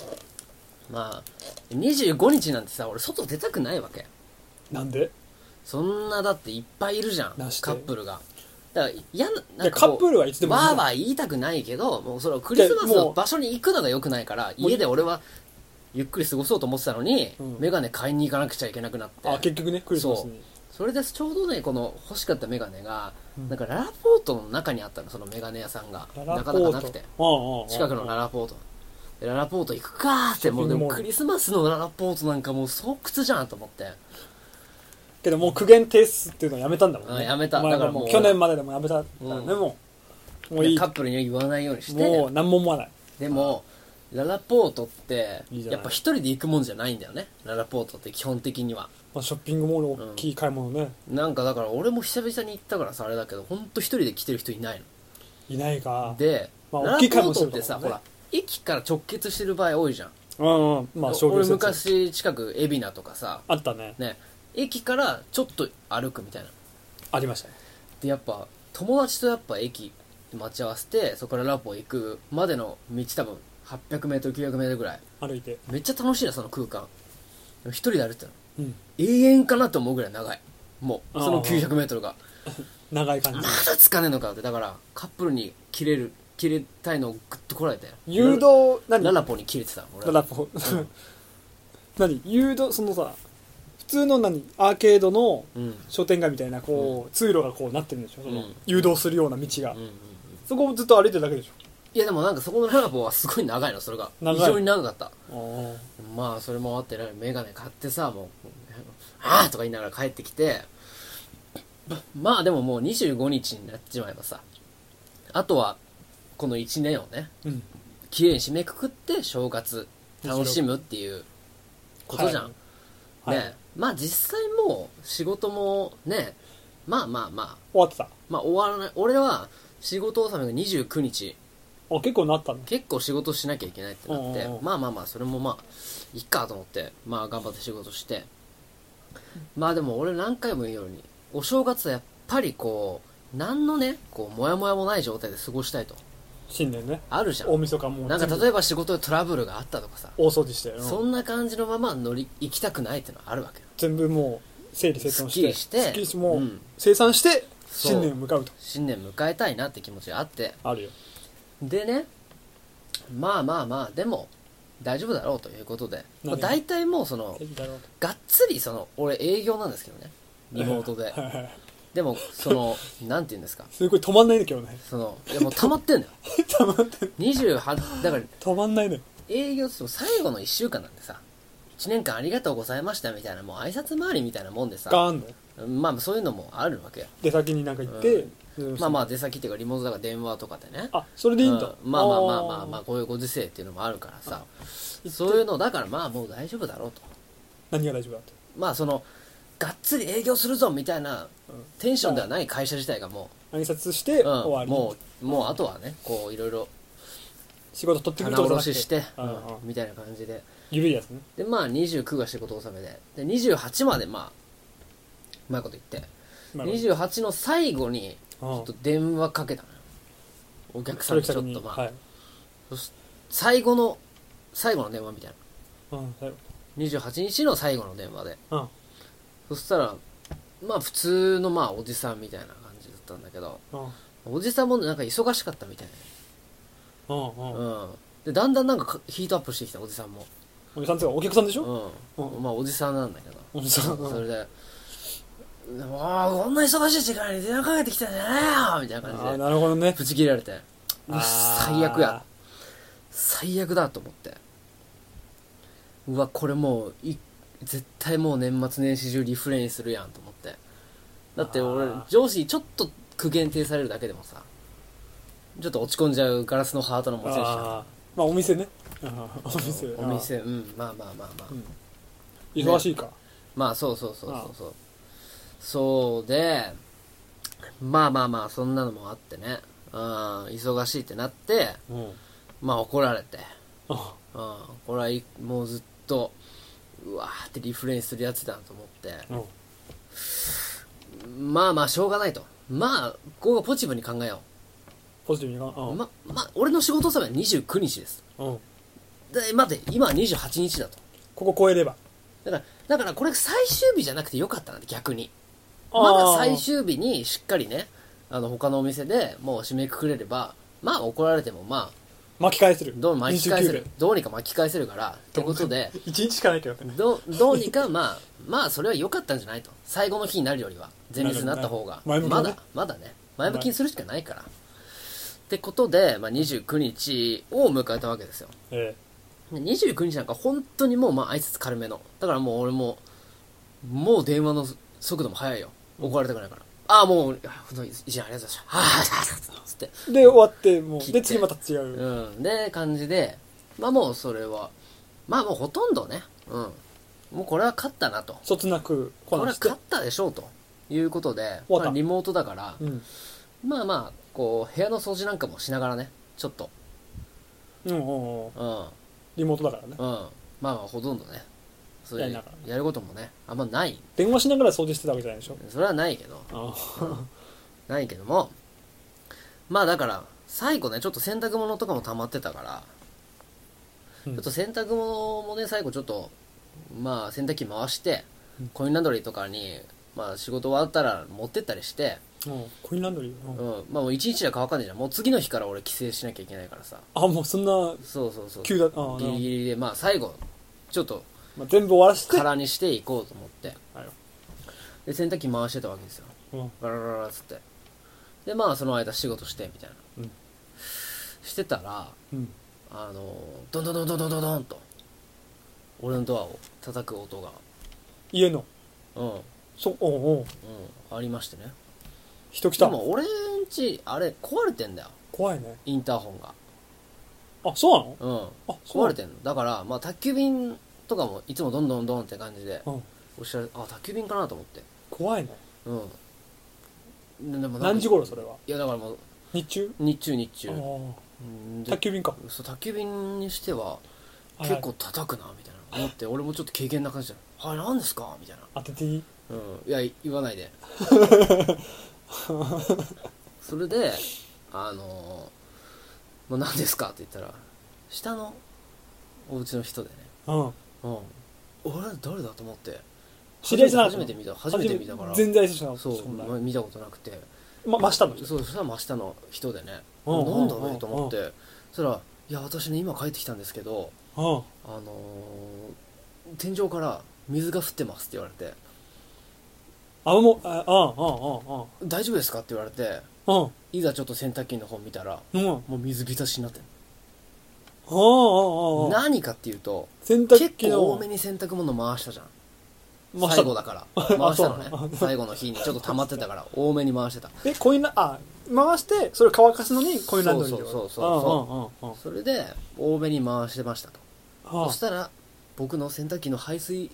[SPEAKER 2] まあ25日なんてさ俺外出たくないわけ
[SPEAKER 1] なんで
[SPEAKER 2] そんなだっていっぱいいるじゃんカ
[SPEAKER 1] なして
[SPEAKER 2] ップルがだから嫌ななん
[SPEAKER 1] いやカップルはいつでもいい
[SPEAKER 2] わ
[SPEAKER 1] じゃ
[SPEAKER 2] ー
[SPEAKER 1] ん
[SPEAKER 2] わー言いたくないけどもうそれはクリスマス
[SPEAKER 1] いやも
[SPEAKER 2] の
[SPEAKER 1] う
[SPEAKER 2] 場所に行くのが良くないから
[SPEAKER 1] もう
[SPEAKER 2] 家で俺はゆっくり過ごそうと思ってたのに、
[SPEAKER 1] うん
[SPEAKER 2] 眼鏡買いに行かなくちゃいけなくなって
[SPEAKER 1] あ結局ねクリスマスに
[SPEAKER 2] それでちょうどねこの欲しかった眼鏡が、
[SPEAKER 1] うん
[SPEAKER 2] なんかララポートの中にあったのその眼鏡屋さんが
[SPEAKER 1] ラ
[SPEAKER 2] な
[SPEAKER 1] ラ
[SPEAKER 2] か
[SPEAKER 1] ポ
[SPEAKER 2] なか
[SPEAKER 1] ー
[SPEAKER 2] な
[SPEAKER 1] ト
[SPEAKER 2] くて
[SPEAKER 1] うんうんうん
[SPEAKER 2] 近くのララポートでララポート行くかーってもう
[SPEAKER 1] ショッピ
[SPEAKER 2] で
[SPEAKER 1] ング
[SPEAKER 2] も
[SPEAKER 1] モール
[SPEAKER 2] クリスマスのララポートなんかもう巣窟じゃんと思って
[SPEAKER 1] けどもう苦言提出っていうのはやめたんだもん
[SPEAKER 2] うん
[SPEAKER 1] ね
[SPEAKER 2] やめた
[SPEAKER 1] お前
[SPEAKER 2] だか
[SPEAKER 1] が
[SPEAKER 2] らもう
[SPEAKER 1] もう去年まででもやめたんだ
[SPEAKER 2] うん
[SPEAKER 1] ねもうもういい
[SPEAKER 2] カップルには言わないようにして
[SPEAKER 1] もう何も思わない
[SPEAKER 2] でもララポートって
[SPEAKER 1] いいじゃない
[SPEAKER 2] やっぱ一人で行くもんじゃないんだよねララポートって基本的には
[SPEAKER 1] まあ、ショッピングモールの大きい買い物ね、
[SPEAKER 2] なんかだから俺も久々に行ったからさあれだけどほんと一人で来てる人いない
[SPEAKER 1] いないか
[SPEAKER 2] ので、
[SPEAKER 1] まあ
[SPEAKER 2] ラ
[SPEAKER 1] 大きい買い
[SPEAKER 2] ラ
[SPEAKER 1] 物す
[SPEAKER 2] ブホー
[SPEAKER 1] る
[SPEAKER 2] トってさ、
[SPEAKER 1] かも
[SPEAKER 2] ほ
[SPEAKER 1] ね
[SPEAKER 2] ら駅から直結してる場合多いじゃん、
[SPEAKER 1] うんうんまあ商業
[SPEAKER 2] 俺
[SPEAKER 1] 施設
[SPEAKER 2] 昔近く海老名とかさ
[SPEAKER 1] あったね
[SPEAKER 2] ね駅からちょっと歩くみたいな
[SPEAKER 1] ありましたね
[SPEAKER 2] でやっぱ友達とやっぱ駅待ち合わせてそこからラボ行くまでの道多分 800m900m ぐらい
[SPEAKER 1] 歩いて
[SPEAKER 2] めっちゃ楽しいなその空間でも一人で歩いてたの
[SPEAKER 1] うん
[SPEAKER 2] 永遠かなと思うぐらい長いもう
[SPEAKER 1] あー
[SPEAKER 2] その 900m が
[SPEAKER 1] 長い感
[SPEAKER 2] ま
[SPEAKER 1] じ
[SPEAKER 2] だつかねえのかよってだからカップルに切れる切れたいのをグッとこらえて
[SPEAKER 1] 誘導
[SPEAKER 2] ラ
[SPEAKER 1] 何
[SPEAKER 2] ララポに切れてたの俺
[SPEAKER 1] ラ
[SPEAKER 2] は
[SPEAKER 1] ラポ 何誘導そのさ普通の何アーケードの
[SPEAKER 2] うんうん
[SPEAKER 1] 商店街みたいなこう、通路がこうなってるんでしょその、
[SPEAKER 2] うん
[SPEAKER 1] 誘導するような道が、
[SPEAKER 2] うんうん
[SPEAKER 1] そこをずっと歩いてるだけでし
[SPEAKER 2] いやでもなんかそこのララポはすごい長いのそれが
[SPEAKER 1] 長い
[SPEAKER 2] 非常に長かった
[SPEAKER 1] ょ
[SPEAKER 2] まあそれもあってねメガネ買ってさもう「ああ!」とか言いながら帰ってきてまあでももう25日になっちまえばさあとはこの1年をね
[SPEAKER 1] うん
[SPEAKER 2] 綺麗に締めくくって正月楽しむっていうことじゃん、
[SPEAKER 1] はいはい
[SPEAKER 2] ねまあ実際もう仕事もねまあまあまあ
[SPEAKER 1] 終わってた
[SPEAKER 2] まあ終わらない俺は仕事納めが29日
[SPEAKER 1] あ結構なったね
[SPEAKER 2] 結構仕事しなきゃいけないってなって
[SPEAKER 1] うんうんうん
[SPEAKER 2] まあまあまあそれもまあいっかと思ってまあ頑張って仕事してまあでも俺何回も言うようにお正月はやっぱりこう何のねこうモヤモヤもない状態で過ごしたいと
[SPEAKER 1] 新年ね
[SPEAKER 2] あるじゃ
[SPEAKER 1] 大
[SPEAKER 2] ん
[SPEAKER 1] 晦日も
[SPEAKER 2] なんか
[SPEAKER 1] 全部
[SPEAKER 2] 例えば仕事でトラブルがあったとかさ
[SPEAKER 1] 大掃除して、うん
[SPEAKER 2] そんな感じのまま乗り行きたくないってのはあるわけよ
[SPEAKER 1] 全部もう整理整頓して
[SPEAKER 2] すっきりして
[SPEAKER 1] すっきりしもう、
[SPEAKER 2] うん
[SPEAKER 1] 生産して
[SPEAKER 2] そう
[SPEAKER 1] 新年を迎うと
[SPEAKER 2] 新年迎えたいなって気持ちがあって
[SPEAKER 1] あるよ
[SPEAKER 2] でねまあまあまあでも大丈夫だろうということで、まあ、
[SPEAKER 1] 何が
[SPEAKER 2] 大体もうそのがっつりその俺営業なんですけどねリモート
[SPEAKER 1] はい
[SPEAKER 2] で
[SPEAKER 1] はいはい
[SPEAKER 2] でもそ のなんて言うんですか
[SPEAKER 1] すごい止まんないね今日 ね
[SPEAKER 2] そのいやもう溜まってんだよ
[SPEAKER 1] 止まんない
[SPEAKER 2] 28だから
[SPEAKER 1] 止まんないね
[SPEAKER 2] 営業ってもう最後の1週間なんでさ1年間ありがとうございましたみたいなもう挨拶回りみたいなもんでさ
[SPEAKER 1] ガーンの
[SPEAKER 2] まあそういうのもあるわけよ
[SPEAKER 1] 出先になんか行って、
[SPEAKER 2] まあま
[SPEAKER 1] あ
[SPEAKER 2] あ出先っていうかリモートだから電話とかでね
[SPEAKER 1] あそれでいいんだ、
[SPEAKER 2] うんまあまあまあまあまあこういうご時世っていうのもあるからさそういうのだからまあもう大丈夫だろうと
[SPEAKER 1] 何が大丈夫だって
[SPEAKER 2] まあそのがっつり営業するぞみたいな
[SPEAKER 1] うん
[SPEAKER 2] テンションではない会社自体がも
[SPEAKER 1] 挨拶して、
[SPEAKER 2] う、うん
[SPEAKER 1] 終わり
[SPEAKER 2] もうもうあとはねこういろいろ
[SPEAKER 1] 仕事取ってくる
[SPEAKER 2] 棚
[SPEAKER 1] とか
[SPEAKER 2] 卸しして、
[SPEAKER 1] う
[SPEAKER 2] うん
[SPEAKER 1] うん
[SPEAKER 2] んみたいな感じで
[SPEAKER 1] 緩いやつね
[SPEAKER 2] でまあ29が仕事納めでで28までまあうまいこと言って
[SPEAKER 1] まあ
[SPEAKER 2] 28の最後に
[SPEAKER 1] う
[SPEAKER 2] ちょ
[SPEAKER 1] ん
[SPEAKER 2] っと電話かけたのよお客さんにちょっとまあ、
[SPEAKER 1] はい
[SPEAKER 2] そし最後の最後の電話みたいな
[SPEAKER 1] うん最後
[SPEAKER 2] 28日の最後の電話で
[SPEAKER 1] うん
[SPEAKER 2] そしたらまあ普通のまあおじさんみたいな感じだったんだけど
[SPEAKER 1] うん
[SPEAKER 2] おじさんもなんか忙しかったみたい
[SPEAKER 1] うん
[SPEAKER 2] な、
[SPEAKER 1] うん
[SPEAKER 2] うん、でだんだんなんかかヒートアップしてきたおじさんも、
[SPEAKER 1] おじさんっていうかお客さんでしょ
[SPEAKER 2] う
[SPEAKER 1] うん
[SPEAKER 2] ん、まあおじさんなんだけど
[SPEAKER 1] おじさん
[SPEAKER 2] そうれ
[SPEAKER 1] ん
[SPEAKER 2] で「うわーこんな忙しい時間に電話かけてきたんじゃないよ」みたい
[SPEAKER 1] あ
[SPEAKER 2] な
[SPEAKER 1] あ
[SPEAKER 2] 感じで
[SPEAKER 1] なるほどね
[SPEAKER 2] ブチ切れられてうわ
[SPEAKER 1] あー
[SPEAKER 2] 最悪や最悪だと思ってうわこれもうい絶対もう年末年始中リフレインするやんと思ってだって俺
[SPEAKER 1] あー
[SPEAKER 2] 上司にちょっと苦言呈されるだけでもさちょっと落ち込んじゃうガラスのハートの持ち主だ
[SPEAKER 1] あーまあお店ねうんお店
[SPEAKER 2] お店うんまあまあまあまあ、
[SPEAKER 1] うん忙しいか
[SPEAKER 2] まあそうそうそうそうそうそうでまあまあまあそんなのもあってねうん忙しいってなって
[SPEAKER 1] うん
[SPEAKER 2] まあ怒られて
[SPEAKER 1] あ
[SPEAKER 2] うんこれはいもうずっとうわーってリフレインするやつだと思って
[SPEAKER 1] うん
[SPEAKER 2] まあまあしょうがないとまあここはポジティブに考えよ
[SPEAKER 1] ポジティブに
[SPEAKER 2] う
[SPEAKER 1] か
[SPEAKER 2] ままあ俺の仕事納めは29日です
[SPEAKER 1] うんうん
[SPEAKER 2] で待って今は28日だと
[SPEAKER 1] ここ超えれば
[SPEAKER 2] だからだからこれ最終日じゃなくてよかったなんて逆にまだ最終日にしっかりねあの他のお店でもう締めくくれればまあ怒られてもまあ
[SPEAKER 1] 巻き返せる
[SPEAKER 2] どう巻き返せる
[SPEAKER 1] 29
[SPEAKER 2] どうにか巻き返せるからってことで
[SPEAKER 1] 一日しかないけどね
[SPEAKER 2] どどうにかまあまあそれは良かったんじゃないと最後の日になるよりは前日になった方が
[SPEAKER 1] なるほど
[SPEAKER 2] ま
[SPEAKER 1] な前向きだね
[SPEAKER 2] だまだね前向きにするしかないからってことで、まあ、29日を迎えたわけですよ
[SPEAKER 1] え
[SPEAKER 2] で29日なんか本当にもうまあ挨拶軽めのだからもう俺ももう電話の速度も速いよ怒られたくないから、ああもうあ本当に一年ありがとうございましたああああつって
[SPEAKER 1] えで終わっても
[SPEAKER 2] 切
[SPEAKER 1] う
[SPEAKER 2] って
[SPEAKER 1] で次また違う
[SPEAKER 2] うんで感じでまあもうそれはまあもうほとんどねうんもうこれは勝ったなと
[SPEAKER 1] そつなくこ
[SPEAKER 2] これ
[SPEAKER 1] な
[SPEAKER 2] は
[SPEAKER 1] して
[SPEAKER 2] 勝ったでしょうということで、
[SPEAKER 1] 終わった
[SPEAKER 2] まあリモートだから、
[SPEAKER 1] うん、
[SPEAKER 2] まあまあこう部屋の掃除なんかもしながらねちょっと
[SPEAKER 1] うんうんうん、
[SPEAKER 2] うんうん
[SPEAKER 1] リモートだからね
[SPEAKER 2] まあまあほとんどねそれ
[SPEAKER 1] やりなが
[SPEAKER 2] やることもねあんまない
[SPEAKER 1] 電話しながら掃除してたわけじゃないでしょ
[SPEAKER 2] それはないけど
[SPEAKER 1] あ
[SPEAKER 2] ないけどもまあだから最後ねちょっと洗濯物とかも溜まってたから、
[SPEAKER 1] うん
[SPEAKER 2] ちょっと洗濯物もね最後ちょっとまあ洗濯機回して、
[SPEAKER 1] うん
[SPEAKER 2] コインランドリーとかにまあ仕事終わったら持ってったりして、
[SPEAKER 1] あ、うん、コインランドリー、
[SPEAKER 2] う
[SPEAKER 1] うん
[SPEAKER 2] ん、まあもう一日じゃ乾かんねえじゃんもう次の日から俺帰省しなきゃいけないからさ
[SPEAKER 1] あもうそんな
[SPEAKER 2] そうそうそう
[SPEAKER 1] 急だああ
[SPEAKER 2] ギリギリでまあ最後ちょっと
[SPEAKER 1] まあ、全部終わらせて
[SPEAKER 2] 空にしていこうと思って
[SPEAKER 1] はい
[SPEAKER 2] で洗濯機回してたわけですよ
[SPEAKER 1] うん
[SPEAKER 2] ガラガラガラっつってでまあその間仕事してみたいな、
[SPEAKER 1] うん
[SPEAKER 2] してたら
[SPEAKER 1] うん
[SPEAKER 2] あのドンドンドンドンドンドンドンと俺のドアを叩く音が
[SPEAKER 1] 家の
[SPEAKER 2] うんうん
[SPEAKER 1] そおうおう
[SPEAKER 2] ありましてね
[SPEAKER 1] 人来
[SPEAKER 2] で
[SPEAKER 1] た
[SPEAKER 2] も俺んちあれ壊れてんだよ
[SPEAKER 1] 怖いね
[SPEAKER 2] インターホンが
[SPEAKER 1] あそうなの
[SPEAKER 2] うん
[SPEAKER 1] あそう
[SPEAKER 2] 壊れ
[SPEAKER 1] て
[SPEAKER 2] てんのだからまあ宅急便とかもいつもどんどんどんって感じで
[SPEAKER 1] うん
[SPEAKER 2] おっしゃるあ宅急便かなと思って
[SPEAKER 1] 怖いね
[SPEAKER 2] うんででもなんか
[SPEAKER 1] 何時頃それはい
[SPEAKER 2] やだからもう
[SPEAKER 1] 日中
[SPEAKER 2] 日中日中
[SPEAKER 1] ああ
[SPEAKER 2] うんで
[SPEAKER 1] 宅急便か
[SPEAKER 2] そう宅急便にしては
[SPEAKER 1] あら
[SPEAKER 2] 結構叩くなみたいな思って俺もちょっと軽減な感じだ「はい何ですか?」みたいな
[SPEAKER 1] 当てていい
[SPEAKER 2] 「うん、いやい言わな いで」それで「あのー、もう何ですか?」って言ったら下のお家の人でね
[SPEAKER 1] うん
[SPEAKER 2] 「うん、俺誰だ?」と思って
[SPEAKER 1] 知り合いじゃなか
[SPEAKER 2] 初
[SPEAKER 1] った
[SPEAKER 2] め
[SPEAKER 1] の
[SPEAKER 2] て見た初めて見たから
[SPEAKER 1] 全然挨拶しなかった
[SPEAKER 2] そう
[SPEAKER 1] そんな
[SPEAKER 2] ま見たことなくて
[SPEAKER 1] ま真下の人
[SPEAKER 2] そうそしたら真下の人でね「
[SPEAKER 1] うんうんうん
[SPEAKER 2] なんだろう?」と思ってそしたら「いや私ね今帰ってきたんですけど
[SPEAKER 1] うん
[SPEAKER 2] あのー天井から水が降ってます」って言われて
[SPEAKER 1] あもうああ
[SPEAKER 2] 「大丈夫ですか?」って言われて
[SPEAKER 1] ああああ
[SPEAKER 2] いざちょっと洗濯機の方見たら
[SPEAKER 1] うんうんあ
[SPEAKER 2] もう水浸しになってる
[SPEAKER 1] あああ
[SPEAKER 2] 何かっていうと
[SPEAKER 1] 洗
[SPEAKER 2] 結
[SPEAKER 1] 濯機
[SPEAKER 2] 構多
[SPEAKER 1] の
[SPEAKER 2] めに洗濯物回したじゃん
[SPEAKER 1] 真
[SPEAKER 2] 最
[SPEAKER 1] 下
[SPEAKER 2] 後
[SPEAKER 1] の
[SPEAKER 2] だから回したの
[SPEAKER 1] あそう
[SPEAKER 2] ね最後の日にちょっと溜まってたから多めに回してた
[SPEAKER 1] えコインラあ回してそれを乾かすのにコインランドリーで
[SPEAKER 2] そうそうそうそう
[SPEAKER 1] うんうんうんうん
[SPEAKER 2] それで多めに回してましたと
[SPEAKER 1] あ
[SPEAKER 2] そしたら僕の洗濯機の排水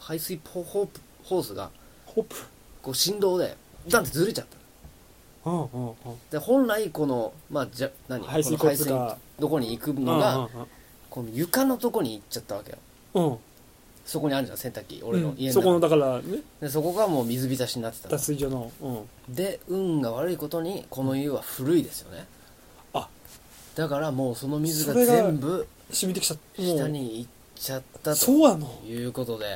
[SPEAKER 2] 排水ポホープホースが
[SPEAKER 1] ホップ
[SPEAKER 2] こう振動でダンってずれちゃった
[SPEAKER 1] うんうんうん
[SPEAKER 2] で本来このまあじゃ何
[SPEAKER 1] 排水
[SPEAKER 2] この
[SPEAKER 1] 口が
[SPEAKER 2] どこに行くのが、この床のとこに行っちゃったわけよ
[SPEAKER 1] うんうん
[SPEAKER 2] そこにあるじゃん洗濯機
[SPEAKER 1] う
[SPEAKER 2] 俺の
[SPEAKER 1] ん
[SPEAKER 2] 家
[SPEAKER 1] そ
[SPEAKER 2] の
[SPEAKER 1] こ
[SPEAKER 2] 中
[SPEAKER 1] のだからね
[SPEAKER 2] でそこがもう水浸しになってたの
[SPEAKER 1] 脱水所のうん
[SPEAKER 2] で運が悪いことにこの家は古いですよね
[SPEAKER 1] あ
[SPEAKER 2] だからもうその水が
[SPEAKER 1] それが
[SPEAKER 2] 全部
[SPEAKER 1] 染みてきちゃった
[SPEAKER 2] 下に行っちゃった
[SPEAKER 1] そ
[SPEAKER 2] と
[SPEAKER 1] うやの
[SPEAKER 2] いうことで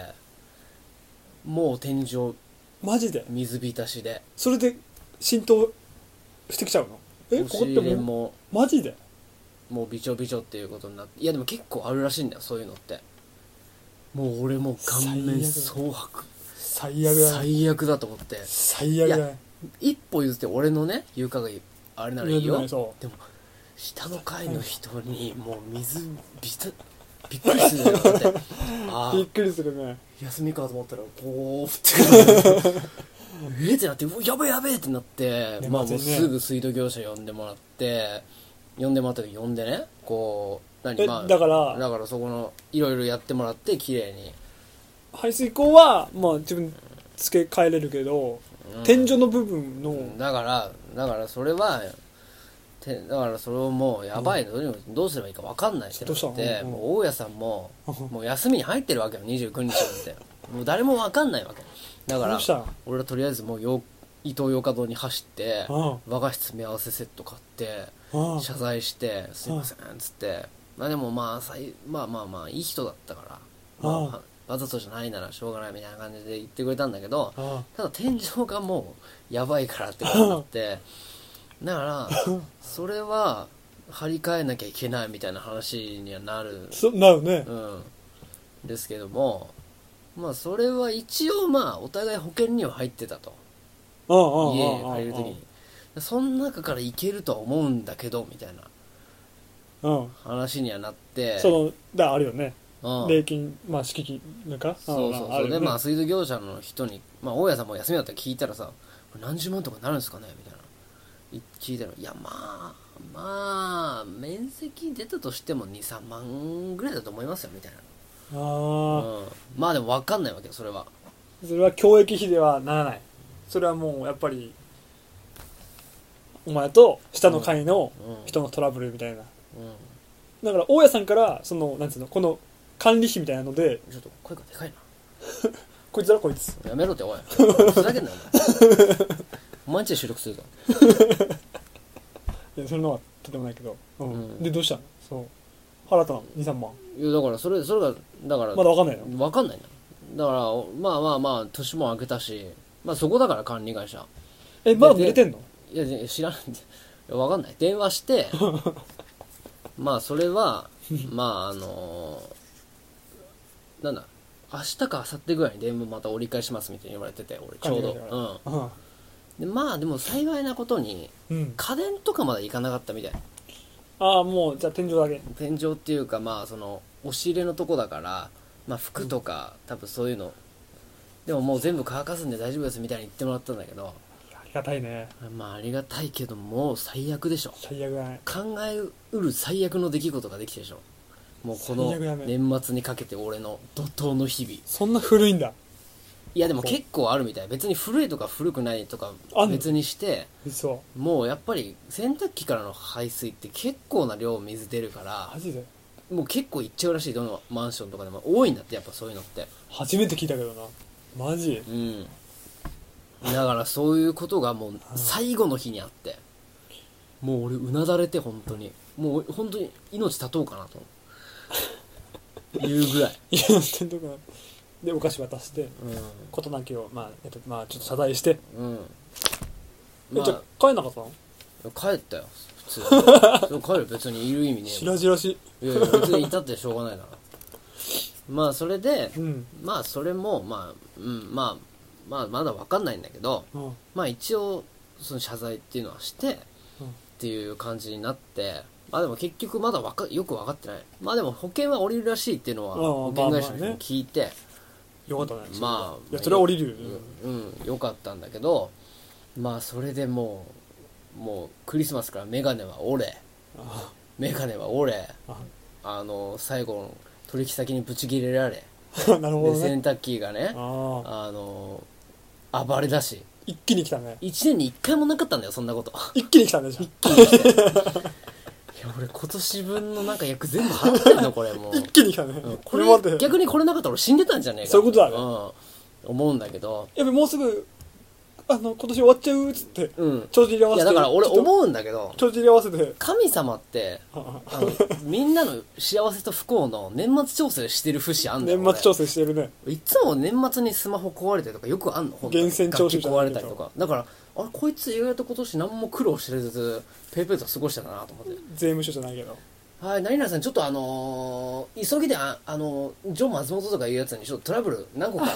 [SPEAKER 2] もう天井
[SPEAKER 1] マジで
[SPEAKER 2] 水浸しで
[SPEAKER 1] それで浸透してきちゃうのえ
[SPEAKER 2] 押
[SPEAKER 1] こ
[SPEAKER 2] し
[SPEAKER 1] こって
[SPEAKER 2] 入れ
[SPEAKER 1] もう
[SPEAKER 2] も
[SPEAKER 1] マジで
[SPEAKER 2] もうびちょびちょっていうことになっていやでも結構あるらしいんだよそういうのってもう俺もう顔面蒼白
[SPEAKER 1] 最悪やね
[SPEAKER 2] 最悪だと思って
[SPEAKER 1] 最悪や
[SPEAKER 2] い
[SPEAKER 1] ね
[SPEAKER 2] 一歩譲って俺のね床があれならいいよ
[SPEAKER 1] 上手そう
[SPEAKER 2] でも下の階の人にもう水びたびっくりするよだってあ
[SPEAKER 1] びっ
[SPEAKER 2] あ
[SPEAKER 1] くりするね
[SPEAKER 2] 休みかと思ったらこう振ってくるえってなってうわやべえやべえってなって、
[SPEAKER 1] ね
[SPEAKER 2] まあ
[SPEAKER 1] まず
[SPEAKER 2] もう
[SPEAKER 1] いね
[SPEAKER 2] すぐ水道業者呼んでもらって呼んでもらった時呼んでねこう何
[SPEAKER 1] え
[SPEAKER 2] まあ
[SPEAKER 1] だから
[SPEAKER 2] だからそこのいろいろやってもらって綺麗に、
[SPEAKER 1] 排水口はまあ自分付け替えれるけど
[SPEAKER 2] うん
[SPEAKER 1] 天井の部分の
[SPEAKER 2] だからだからそれはてだからそれをもうやばいの、どうどうすればいいか分かんないってな
[SPEAKER 1] ど
[SPEAKER 2] っ
[SPEAKER 1] うした
[SPEAKER 2] て、
[SPEAKER 1] のうん
[SPEAKER 2] もう大家さんももう休みに入ってるわけよ29日なんてもう誰も分かんないわけだか
[SPEAKER 1] ど
[SPEAKER 2] ら
[SPEAKER 1] うしたの
[SPEAKER 2] 俺はとりあえずもうよ伊東洋華堂に走って
[SPEAKER 1] うん
[SPEAKER 2] 和菓子詰め合わせセット買って
[SPEAKER 1] うん
[SPEAKER 2] 謝罪して「すいません」っつってまあでもまあさいまあまあまあいい人だったからまあ
[SPEAKER 1] うん
[SPEAKER 2] わわざとじゃないならしょうがないみたいな感じで言ってくれたんだけど
[SPEAKER 1] あ
[SPEAKER 2] ただ天井がもうやばいからってことになって だからそれは張り替えなきゃいけないみたいな話にはなる
[SPEAKER 1] そなるね
[SPEAKER 2] うんですけどもまあそれは一応まあお互い保険には入ってたと
[SPEAKER 1] うんうん
[SPEAKER 2] 家
[SPEAKER 1] うん
[SPEAKER 2] 借りる時にその中から行けるとは思うんだけどみたい
[SPEAKER 1] う
[SPEAKER 2] な
[SPEAKER 1] んうん
[SPEAKER 2] 話にはなって
[SPEAKER 1] そのだあるよね
[SPEAKER 2] うん
[SPEAKER 1] 礼金まあ敷金なんか
[SPEAKER 2] そうそう
[SPEAKER 1] あ
[SPEAKER 2] そ
[SPEAKER 1] る
[SPEAKER 2] うで
[SPEAKER 1] よね
[SPEAKER 2] まあ水道業者の人に、まあ、大家さんも休みだったら聞いたらさ「これ何十万とかになるんですかね?」みたいない聞いたら「いやまあまあ面積出たとしても23万ぐらいだと思いますよ」みたいなう
[SPEAKER 1] ああ、
[SPEAKER 2] ん、まあでも分かんないわけよそれは
[SPEAKER 1] それは教育費ではならないそれはもうやっぱりお前と下の階の
[SPEAKER 2] うん
[SPEAKER 1] 人のトラブルみたいな、
[SPEAKER 2] う
[SPEAKER 1] だから大家さんからそのなんつうのこの管理費みたいなので
[SPEAKER 2] んちょっと声がでかい
[SPEAKER 1] こいつだろこいつ
[SPEAKER 2] なやめろっておいふざけんなよお前 お前んちで収録するぞ
[SPEAKER 1] いやそんなのはとてもないけど、うん
[SPEAKER 2] うん
[SPEAKER 1] でどうしたのそう払ったの23万
[SPEAKER 2] いやだからそれそれがだから
[SPEAKER 1] まだわかんないの
[SPEAKER 2] 分かんないなだからまあまあまあ年も明けたしまあそこだから管理会社
[SPEAKER 1] えまだ濡れてんの
[SPEAKER 2] いやで知らないんでいやわかんない電話して まあそれはまああのーなんだ明日か明後日ぐらいに電話また折り返しますみたいに言われてて俺ちょ
[SPEAKER 1] 管理
[SPEAKER 2] う
[SPEAKER 1] 会社か
[SPEAKER 2] ど、
[SPEAKER 1] うん
[SPEAKER 2] うん、でまあでも幸いなことに
[SPEAKER 1] うん、
[SPEAKER 2] 家電とかまだ行かなかったみたい
[SPEAKER 1] ああもうじゃあ天井だけ
[SPEAKER 2] 天井っていうかまあその押し入れのとこだから、まあ、服とか、多分そういうのでももう全部乾かすんで大丈夫ですみたいに言ってもらったんだけど
[SPEAKER 1] ありがたいね
[SPEAKER 2] まあありがたいけどもう最悪でしょ
[SPEAKER 1] 最悪だね
[SPEAKER 2] 考えうる最悪の出来事ができてるでしょもうこの
[SPEAKER 1] 最悪だね
[SPEAKER 2] 年末にかけて俺の怒涛の日々
[SPEAKER 1] そんな古いんだ
[SPEAKER 2] いやでも結構あるみたい別に古いとか古くないとか
[SPEAKER 1] あんの
[SPEAKER 2] 別にして
[SPEAKER 1] 嘘
[SPEAKER 2] もうやっぱり洗濯機からの排水って結構な量水出るから
[SPEAKER 1] マジで
[SPEAKER 2] もう結構いっちゃうらしいどのマンションとかでも多いんだってやっぱそういうのって
[SPEAKER 1] 初めて聞いたけどなマジ
[SPEAKER 2] うんだからそういうことがもう最後の日にあってもう俺うなだれて本当にもう本当に命絶とうかなというぐらい、
[SPEAKER 1] いやなんてんとかでお菓子渡して
[SPEAKER 2] う
[SPEAKER 1] 事なきをまあ、えっと、まあちょっと謝罪して、
[SPEAKER 2] んうん
[SPEAKER 1] え
[SPEAKER 2] ま
[SPEAKER 1] じゃあ
[SPEAKER 2] あ
[SPEAKER 1] 帰んなかったの
[SPEAKER 2] 帰ったよ普 通にそう帰る別にいる意味ね
[SPEAKER 1] し
[SPEAKER 2] えもん
[SPEAKER 1] らじらし
[SPEAKER 2] いやいや別にいたってしょうがないからまあそれで
[SPEAKER 1] うん
[SPEAKER 2] まあそれもまあうんまあまあまだわかんないんだけど
[SPEAKER 1] うん
[SPEAKER 2] まあ一応その謝罪っていうのはしてっていう感じになってまあでも結局まだわかよく分かってないまあでも保険は降りるらしいっていうのは
[SPEAKER 1] うん
[SPEAKER 2] 保険会社
[SPEAKER 1] まあまあ
[SPEAKER 2] に
[SPEAKER 1] ね
[SPEAKER 2] 聞いて
[SPEAKER 1] よかったね
[SPEAKER 2] まあ
[SPEAKER 1] いやそれは降りるよ、
[SPEAKER 2] うん、うん、よかったんだけどまあそれでもうもうクリスマスから眼鏡は折れ
[SPEAKER 1] あ
[SPEAKER 2] 眼鏡は折れ
[SPEAKER 1] あ
[SPEAKER 2] あの最後の取引先にブチ切れられ
[SPEAKER 1] なるほど
[SPEAKER 2] で
[SPEAKER 1] ね
[SPEAKER 2] 洗濯機がね
[SPEAKER 1] ああ
[SPEAKER 2] あの暴れだし
[SPEAKER 1] 一気に来たね
[SPEAKER 2] 1年に1回もなかったんだよそんなこと
[SPEAKER 1] 一気に来たねじゃあ
[SPEAKER 2] いや俺今年分のなんか役全部払ってんのこれ もう
[SPEAKER 1] 一気に来たね、
[SPEAKER 2] うん
[SPEAKER 1] こ
[SPEAKER 2] こ
[SPEAKER 1] れ
[SPEAKER 2] れ
[SPEAKER 1] までやっ
[SPEAKER 2] 逆にこれなかったら俺死んでたんじゃねえか
[SPEAKER 1] そういうことだね
[SPEAKER 2] うん、思うんだけど
[SPEAKER 1] ぱりもうすぐあの今年終わっちゃうっつって
[SPEAKER 2] うん
[SPEAKER 1] 帳尻合わ
[SPEAKER 2] い
[SPEAKER 1] せ
[SPEAKER 2] や
[SPEAKER 1] て
[SPEAKER 2] だから俺思
[SPEAKER 1] う
[SPEAKER 2] うんだけど
[SPEAKER 1] 帳尻合 わせて
[SPEAKER 2] 神様って
[SPEAKER 1] ああ
[SPEAKER 2] あの みんなの幸せと不幸の年末調整してる節あんだよ
[SPEAKER 1] 年末調整してるね
[SPEAKER 2] 俺いつも年末にスマホ壊れたりとかよくあんの本当に
[SPEAKER 1] 源泉徴収
[SPEAKER 2] 楽器壊れたりとかだからあれこいつ意外と今年何も苦労知らずペイペイと過ごしてたなと思って
[SPEAKER 1] 税務署じゃないけど
[SPEAKER 2] はい、何々さん、ちょっとあのー急ぎで、あ、あのージョン松本とかいうやつに、ちょっとトラブル何 個か、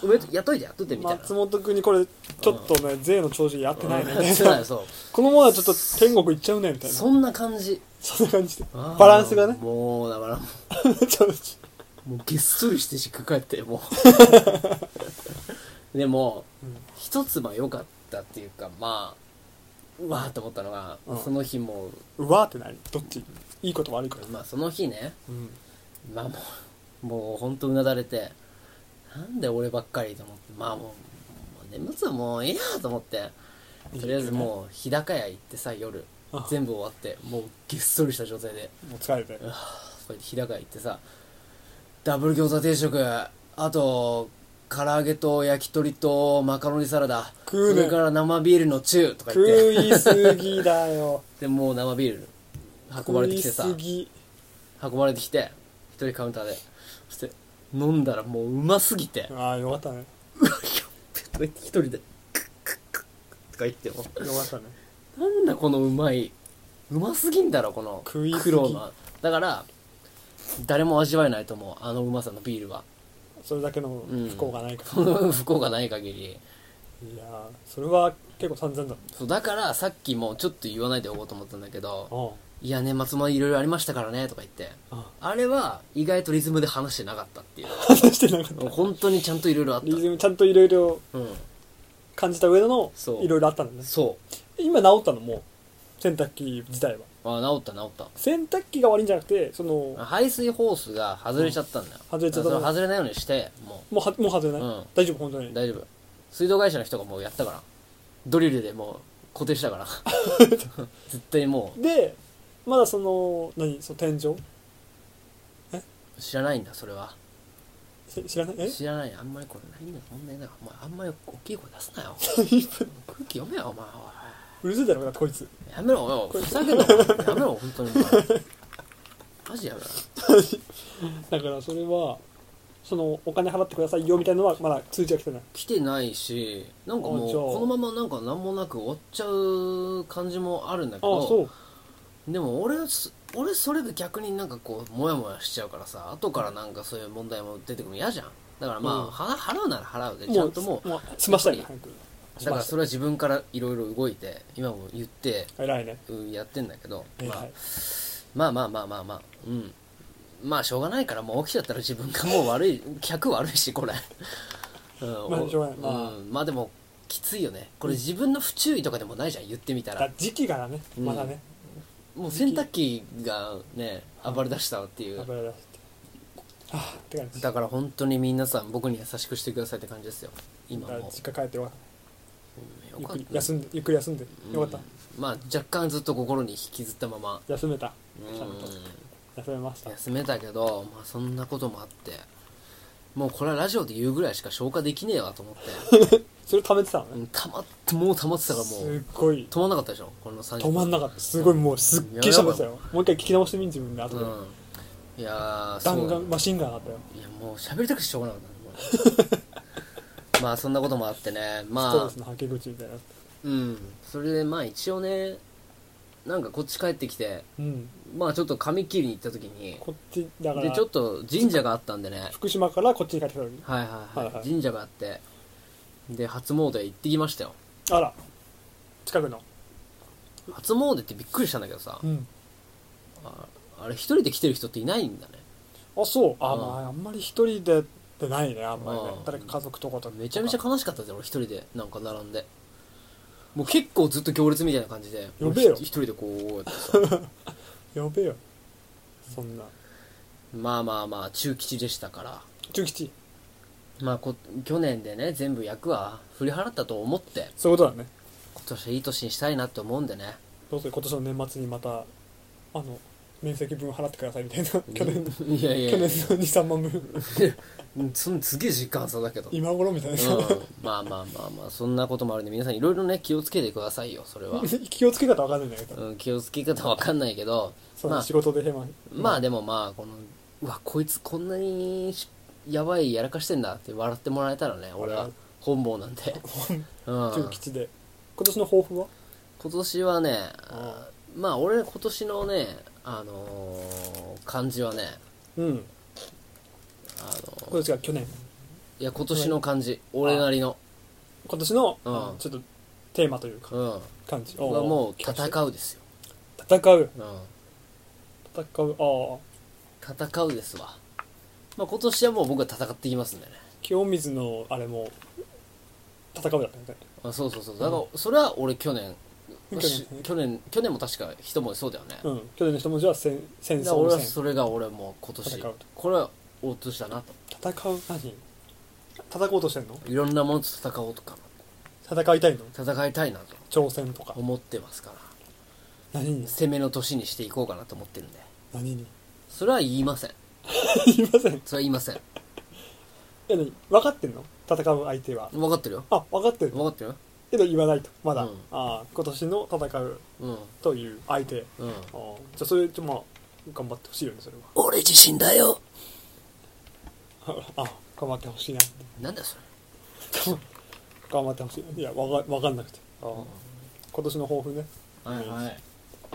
[SPEAKER 2] うん、上、やっといて、やっといて、みたいな。
[SPEAKER 1] 松本君にこれちょっとね税の帳尻合ってないねみたい
[SPEAKER 2] うん
[SPEAKER 1] な
[SPEAKER 2] そうだよそう。
[SPEAKER 1] このままちょっと天国行っちゃうねみたいなそ
[SPEAKER 2] そんな感じ。
[SPEAKER 1] んな感じで
[SPEAKER 2] あー
[SPEAKER 1] バランスがね
[SPEAKER 2] もう、だから、
[SPEAKER 1] ちょっと
[SPEAKER 2] もうげっそりして実家帰って、も う。でも、
[SPEAKER 1] うん
[SPEAKER 2] 一つまあ良かったっていうか、まあ、うわーと思ったのが、
[SPEAKER 1] うん
[SPEAKER 2] その日も、
[SPEAKER 1] うわーって何どっちいいこと悪いこと
[SPEAKER 2] まあその日ね、
[SPEAKER 1] うん
[SPEAKER 2] まあもう、もうほんとうなだれて、なんで俺ばっかりと思って、まあもう、もう年末はもういいやと思って、とりあえずもう日高屋行ってさ、夜
[SPEAKER 1] あ、
[SPEAKER 2] 全部終わって、もうげっそりした状態で、
[SPEAKER 1] うもう疲れて
[SPEAKER 2] うわこうやって日高屋行ってさ、ダブル餃子定食、あと、唐揚げと焼き鳥とマカロニサラダ、
[SPEAKER 1] 食うね
[SPEAKER 2] それから生ビールのチューとか言って、
[SPEAKER 1] 食いすぎだよ
[SPEAKER 2] で、もう生ビール 運ば
[SPEAKER 1] 食
[SPEAKER 2] れて
[SPEAKER 1] い
[SPEAKER 2] きてさ、
[SPEAKER 1] すぎ
[SPEAKER 2] 運ばれてきて一人カウンターでそして飲んだらもううますぎて
[SPEAKER 1] ああよかったね
[SPEAKER 2] 一人でクックックッとか言っても
[SPEAKER 1] よかったね
[SPEAKER 2] なんだこのうまいうますぎんだろこの
[SPEAKER 1] 食いすぎ
[SPEAKER 2] 苦労のだから誰も味わえないと思うあのうまさのビールは
[SPEAKER 1] それだけの不幸がないから、
[SPEAKER 2] 不幸がない限り
[SPEAKER 1] いやーそれは結構散々だ
[SPEAKER 2] そうだからさっきもちょっと言わないでおこうと思ったんだけど
[SPEAKER 1] あ
[SPEAKER 2] いや年末もいろいろありましたからねとか言って
[SPEAKER 1] あ
[SPEAKER 2] あれは意外とリズムで話してなかったっていう
[SPEAKER 1] 話してなかった
[SPEAKER 2] 本当にちゃんといろいろあった
[SPEAKER 1] リズムちゃんといろいろ
[SPEAKER 2] うん
[SPEAKER 1] 感じた上での
[SPEAKER 2] そう
[SPEAKER 1] いろいろあったんだね
[SPEAKER 2] そう
[SPEAKER 1] 今治ったのもう洗濯機自体は
[SPEAKER 2] あ治った治った
[SPEAKER 1] 洗濯機が悪いんじゃなくてその
[SPEAKER 2] 排水ホースが外れちゃったんだよ、
[SPEAKER 1] うん外れちゃった
[SPEAKER 2] だからそ外れないようにしても
[SPEAKER 1] もうはもう外れない、
[SPEAKER 2] うん
[SPEAKER 1] 大丈夫本当に
[SPEAKER 2] う大丈夫水道会社の人がもうやったからドリルでもう固定したから 絶対も
[SPEAKER 1] でまだその何その天井
[SPEAKER 2] う知らないんだそれは
[SPEAKER 1] し知らないえ
[SPEAKER 2] 知らないあんまりこれないんだよ問題だからお前あんまり大きい声出すな よ空気読めよお前お
[SPEAKER 1] うるせえだろだってこいつ
[SPEAKER 2] いやめろよふざけんなお前やめろ本当にお前マジやめろ
[SPEAKER 1] だからそれはそのお金払ってくださいよみたいなのはまだ通知が来てない
[SPEAKER 2] 来てないしなんかも
[SPEAKER 1] あ
[SPEAKER 2] う
[SPEAKER 1] じゃあ
[SPEAKER 2] このままなんか何もなく終わっちゃう感じもあるんだけ
[SPEAKER 1] ああそ
[SPEAKER 2] ど
[SPEAKER 1] う
[SPEAKER 2] でも俺す俺それが逆になんかこうモヤモヤしちゃうからさ後からなんかそういう問題も出てくるの嫌じゃんだからまあ、
[SPEAKER 1] うん
[SPEAKER 2] は払うなら払うでちゃんとも
[SPEAKER 1] う済ましたいね
[SPEAKER 2] やっぱ
[SPEAKER 1] 早く
[SPEAKER 2] うだからそれは自分からいろいろ動いて今も言って、
[SPEAKER 1] 偉いね
[SPEAKER 2] うん、やってんだけど、
[SPEAKER 1] はい
[SPEAKER 2] ま
[SPEAKER 1] は
[SPEAKER 2] あ
[SPEAKER 1] い、
[SPEAKER 2] まあまあまあまあまあうんまあしょうがないからもう起きちゃったら自分がもう悪い 客悪いし これ、うん
[SPEAKER 1] まあ
[SPEAKER 2] お
[SPEAKER 1] しょうがないまあ
[SPEAKER 2] うん、まあでもきついよねこれ自分の不注意とかでもないじゃん言ってみた
[SPEAKER 1] だ
[SPEAKER 2] ら
[SPEAKER 1] 時期がね
[SPEAKER 2] うん
[SPEAKER 1] まだね、
[SPEAKER 2] もう洗濯機がね暴れ出したっていう
[SPEAKER 1] 油出してああって感じ
[SPEAKER 2] だから本当に皆さん僕に優しくしてくださいって感じですよ今
[SPEAKER 1] だから
[SPEAKER 2] も
[SPEAKER 1] 実家帰ってよかった
[SPEAKER 2] うん
[SPEAKER 1] ゆっ
[SPEAKER 2] よか
[SPEAKER 1] く
[SPEAKER 2] っ
[SPEAKER 1] り
[SPEAKER 2] た
[SPEAKER 1] 休んでゆっくり休んで
[SPEAKER 2] うん
[SPEAKER 1] よかった、
[SPEAKER 2] まあ若干ずっと心に引きずったまま
[SPEAKER 1] 休めた
[SPEAKER 2] うん
[SPEAKER 1] ちゃんと休めました
[SPEAKER 2] 休めたけど、まあ、そんなこともあってもうこれはラジオで言うぐらいしか消化できねえわ と思って
[SPEAKER 1] それ溜めてたのね、
[SPEAKER 2] うん溜まってもう溜まってたからも
[SPEAKER 1] すっ
[SPEAKER 2] う
[SPEAKER 1] ごい
[SPEAKER 2] 止まんなかったでしょこの3
[SPEAKER 1] 止まんなかったすごいもうすっげえ喋ってたよもう一回聞き直してみん自分で後で、
[SPEAKER 2] うんいやー
[SPEAKER 1] 弾
[SPEAKER 2] そうだ
[SPEAKER 1] 丸
[SPEAKER 2] ね
[SPEAKER 1] マシンガンあったよ
[SPEAKER 2] いやもう喋りたくてしょうがなかったも うまあそんなこともあってね
[SPEAKER 1] スト
[SPEAKER 2] ま
[SPEAKER 1] レ
[SPEAKER 2] あ
[SPEAKER 1] スのはけ口みたいな
[SPEAKER 2] うんそれでまあ一応ねなんかこっち帰ってきて
[SPEAKER 1] うん
[SPEAKER 2] まあちょっと髪切りに行った時に
[SPEAKER 1] こっちだから
[SPEAKER 2] でちょっと神社があったんでね
[SPEAKER 1] 福島からこっちに帰ってきた時
[SPEAKER 2] はいはいはい、
[SPEAKER 1] はいはい
[SPEAKER 2] 神社があってで初詣へ行ってきましたよ
[SPEAKER 1] あら近くの
[SPEAKER 2] 初詣ってびっくりしたんだけどさ
[SPEAKER 1] うん
[SPEAKER 2] ああれ一人で来てる人っていないんだね
[SPEAKER 1] あそうあ、
[SPEAKER 2] うん
[SPEAKER 1] まああんまり一人でってないねあんまりね、
[SPEAKER 2] うん
[SPEAKER 1] 誰か家族とかと
[SPEAKER 2] めちゃめちゃ悲しかったぜ俺一人でなんか並んでもう結構ずっと行列みたいな感じで
[SPEAKER 1] やべえよ
[SPEAKER 2] 俺一人でこうやって
[SPEAKER 1] やべえよそんな
[SPEAKER 2] まあまあまあ中吉でしたから
[SPEAKER 1] 中吉
[SPEAKER 2] まあこ去年でね全部役は振り払ったと思って
[SPEAKER 1] そういうことだね
[SPEAKER 2] 今年はいい年にしたいなと思うんでね
[SPEAKER 1] どうする今年の年末にまたあの面積分払ってくださいみたいな去年の去
[SPEAKER 2] いやい
[SPEAKER 1] 年
[SPEAKER 2] や
[SPEAKER 1] の23万分
[SPEAKER 2] うんそのすげえ時間差だけど、うん、
[SPEAKER 1] 今頃みたいな、
[SPEAKER 2] まあまあまあまあそんなこともあるんで皆さんいろいろね気をつけてくださいよそれは、
[SPEAKER 1] 気をつけ方わかんないんだけど、
[SPEAKER 2] うん、気をつけ方わかんないけど
[SPEAKER 1] そ
[SPEAKER 2] ま
[SPEAKER 1] の
[SPEAKER 2] あ
[SPEAKER 1] 仕事でヘマ、
[SPEAKER 2] まあでもまあこのうわこいつこんなにしやばいやらかしてんだって笑ってもらえたらね俺は 本望なんで、うん、
[SPEAKER 1] 中吉で今年の抱負は
[SPEAKER 2] 今年はね
[SPEAKER 1] あ
[SPEAKER 2] まあ俺今年のねあのー漢字はね
[SPEAKER 1] うん
[SPEAKER 2] あの
[SPEAKER 1] 今年が去年
[SPEAKER 2] いや今年の漢字俺なりの
[SPEAKER 1] 今年の、
[SPEAKER 2] うん
[SPEAKER 1] あのちょっとテーマというか
[SPEAKER 2] うんは
[SPEAKER 1] 感じおー
[SPEAKER 2] もう
[SPEAKER 1] 聞かせて
[SPEAKER 2] 戦うですよ、
[SPEAKER 1] 戦う
[SPEAKER 2] うん、
[SPEAKER 1] 戦うああ
[SPEAKER 2] 戦うですわまあ今年はもう僕は戦っていきますんでね
[SPEAKER 1] 清水のあれも戦うだったみたい
[SPEAKER 2] あそうそうそうだからそれは俺去年
[SPEAKER 1] 去年
[SPEAKER 2] し去年去年も確か一文字そうだよね、
[SPEAKER 1] な、うん、去年の一文字は戦戦
[SPEAKER 2] だ
[SPEAKER 1] 争
[SPEAKER 2] から俺
[SPEAKER 1] の
[SPEAKER 2] は
[SPEAKER 1] 戦
[SPEAKER 2] それが俺もう今年
[SPEAKER 1] 戦うと
[SPEAKER 2] これは落としたなと
[SPEAKER 1] 戦う何戦おうとしてんの
[SPEAKER 2] いろんなものと戦おうとか
[SPEAKER 1] 戦いたいの
[SPEAKER 2] 戦いたいなと
[SPEAKER 1] 挑戦とか
[SPEAKER 2] 思ってますから
[SPEAKER 1] 何に
[SPEAKER 2] 攻めの年にしていこうかなと思ってるんで
[SPEAKER 1] 何に
[SPEAKER 2] それは言いません
[SPEAKER 1] 言いません
[SPEAKER 2] それは言いません
[SPEAKER 1] え何分かってんの戦う相手は
[SPEAKER 2] 分かってるよ
[SPEAKER 1] あ分かってる
[SPEAKER 2] 分かってるよ
[SPEAKER 1] けど言わないとまだ、
[SPEAKER 2] うん
[SPEAKER 1] ああ今年の戦う
[SPEAKER 2] うん
[SPEAKER 1] という相手
[SPEAKER 2] うん
[SPEAKER 1] ああじゃあそれちょまあ頑張ってほしいよねそれ
[SPEAKER 2] 俺自身だよ
[SPEAKER 1] は あ頑張ってほしいな って
[SPEAKER 2] なんだよそ
[SPEAKER 1] 頑張ってほしいいやわかわかんなくてああ、
[SPEAKER 2] ん
[SPEAKER 1] 今年の抱負ね
[SPEAKER 2] れはいはい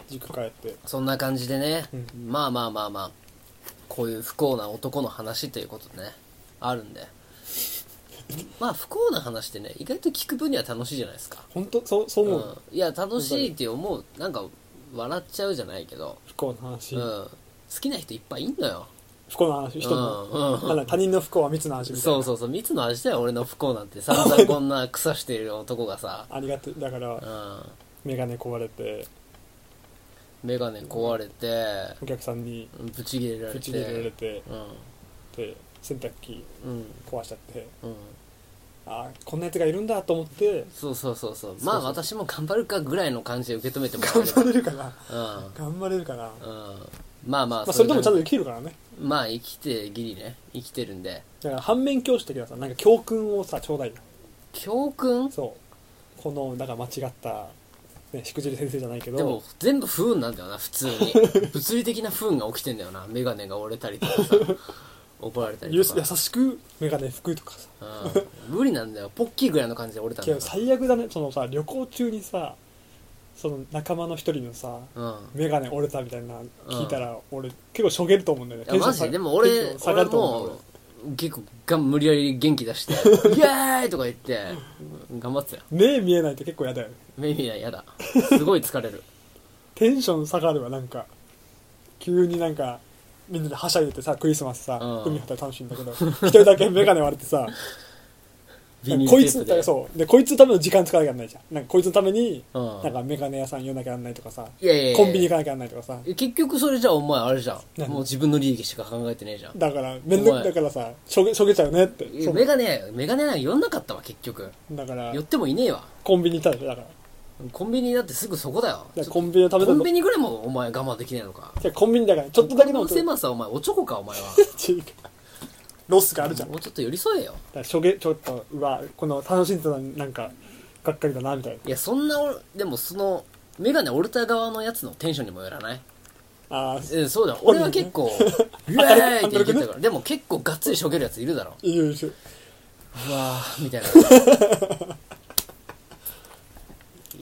[SPEAKER 1] 軸変えて
[SPEAKER 2] そんな感じでね、
[SPEAKER 1] う
[SPEAKER 2] まあまあまあまあこういう不幸な男の話ということでねあるんでまあ不幸な話ってね意外と聞く分には楽しいじゃないですか
[SPEAKER 1] 本当そうそう思う、
[SPEAKER 2] うん、いや楽しいって思うなんか笑っちゃうじゃないけど、
[SPEAKER 1] 不幸な話、
[SPEAKER 2] うん、好きな人いっぱいいんのよ
[SPEAKER 1] 不幸な話人の、
[SPEAKER 2] うん
[SPEAKER 1] なんだ他人の不幸は密な味みたいな
[SPEAKER 2] そうそうそう蜜の味だよ俺の不幸なんて散々こんな草してる男がさ、
[SPEAKER 1] ありがとだから
[SPEAKER 2] うん、
[SPEAKER 1] 眼鏡壊れて
[SPEAKER 2] メガネ壊れて、
[SPEAKER 1] お客さんに
[SPEAKER 2] ブチ切れられ
[SPEAKER 1] ぶ
[SPEAKER 2] て
[SPEAKER 1] ち切れられて
[SPEAKER 2] う
[SPEAKER 1] で洗濯機
[SPEAKER 2] んうん
[SPEAKER 1] 壊しちゃって
[SPEAKER 2] うん
[SPEAKER 1] ああこんなやつがいるんだと思って
[SPEAKER 2] そうそうそうそう
[SPEAKER 1] そう
[SPEAKER 2] まあ私も頑張るかぐらいの感じで受け止めてもらえ
[SPEAKER 1] 頑
[SPEAKER 2] れ
[SPEAKER 1] 張れるかな
[SPEAKER 2] ば
[SPEAKER 1] 頑張れるかな、ま
[SPEAKER 2] うんうんまあまあ
[SPEAKER 1] あ、それでもちゃんと生
[SPEAKER 2] と
[SPEAKER 1] きてるからね
[SPEAKER 2] まあ生きてギリね生きてるんで
[SPEAKER 1] だから反面教師的なさなんか教訓をさちょうだいよ
[SPEAKER 2] 教訓
[SPEAKER 1] そうこのだから間違った、ね、しくじり先生じゃないけど
[SPEAKER 2] でも全部不運なんだよな普通 に物理的な不運が起きてんだよな眼鏡が折れたりと かさ怒られた
[SPEAKER 1] ゆ
[SPEAKER 2] り
[SPEAKER 1] 優
[SPEAKER 2] とか、
[SPEAKER 1] しく眼鏡拭くとかさ
[SPEAKER 2] うん、無理なんだよポッキーぐらいの感じで折れたん
[SPEAKER 1] け
[SPEAKER 2] だ
[SPEAKER 1] ど最悪だねそのさ旅行中にさその仲間の一人のさ
[SPEAKER 2] うん
[SPEAKER 1] 眼鏡折れたみたいなの聞いたら、俺結構しょげると思うんだよね
[SPEAKER 2] いやマジででも俺
[SPEAKER 1] 下が
[SPEAKER 2] 俺
[SPEAKER 1] ると思うんだ
[SPEAKER 2] も結構がん無理やり元気 出して「イエーイ!」とか言って頑張ってたよ
[SPEAKER 1] 俺目見えないと結構嫌だよね
[SPEAKER 2] メイビーはやだすごい疲 れる
[SPEAKER 1] テンション下がるわなんか急になんかみんなではしゃいでてさクリスマスさ、
[SPEAKER 2] うん
[SPEAKER 1] 海二人楽しいんだけど一人だけ眼鏡割れてさこいつ
[SPEAKER 2] で
[SPEAKER 1] そうでこいつのための時間使わなきゃなんないじゃんなんかこいつのために
[SPEAKER 2] うん
[SPEAKER 1] なんか眼鏡屋さん寄らなきゃなんないとかさ
[SPEAKER 2] いやいやいや
[SPEAKER 1] コンビニ行かなきゃなんないとかさ
[SPEAKER 2] 結局それじゃあお前あれじゃん
[SPEAKER 1] 何
[SPEAKER 2] もう自分の利益しか考えてねえじゃん
[SPEAKER 1] だから面倒
[SPEAKER 2] お前
[SPEAKER 1] だからさしょげしょげちゃうねって
[SPEAKER 2] いや
[SPEAKER 1] そう
[SPEAKER 2] メガネメガネなんか寄んなかったわ結局
[SPEAKER 1] だから
[SPEAKER 2] 寄ってもいねえわ
[SPEAKER 1] コンビニ行ったでしょだからだか
[SPEAKER 2] コンビニだってすぐそこだよ
[SPEAKER 1] ら
[SPEAKER 2] ちょ
[SPEAKER 1] コンビニのため
[SPEAKER 2] コ
[SPEAKER 1] だ
[SPEAKER 2] ン
[SPEAKER 1] と
[SPEAKER 2] ビニぐらいもお前我慢できないのか
[SPEAKER 1] じゃあコンビニだからちょっとだけ
[SPEAKER 2] こ
[SPEAKER 1] の
[SPEAKER 2] の
[SPEAKER 1] 音違う
[SPEAKER 2] 狭さお前おちょこかお前 は
[SPEAKER 1] ロスがあるじゃんだ
[SPEAKER 2] もうちょっと寄り添えよ
[SPEAKER 1] からしょげちょっとうわこの楽しんでたのになんかがっかりだなみたいない
[SPEAKER 2] やそんな俺でもそのメガネ折れた側のやつのテンションにもよらない
[SPEAKER 1] ああ
[SPEAKER 2] うんそうだよ俺は結 構「イエーイ!」って言ってたからでも結構がっつりしょげるやついるだろ
[SPEAKER 1] いいよいいよ
[SPEAKER 2] うわーみたいな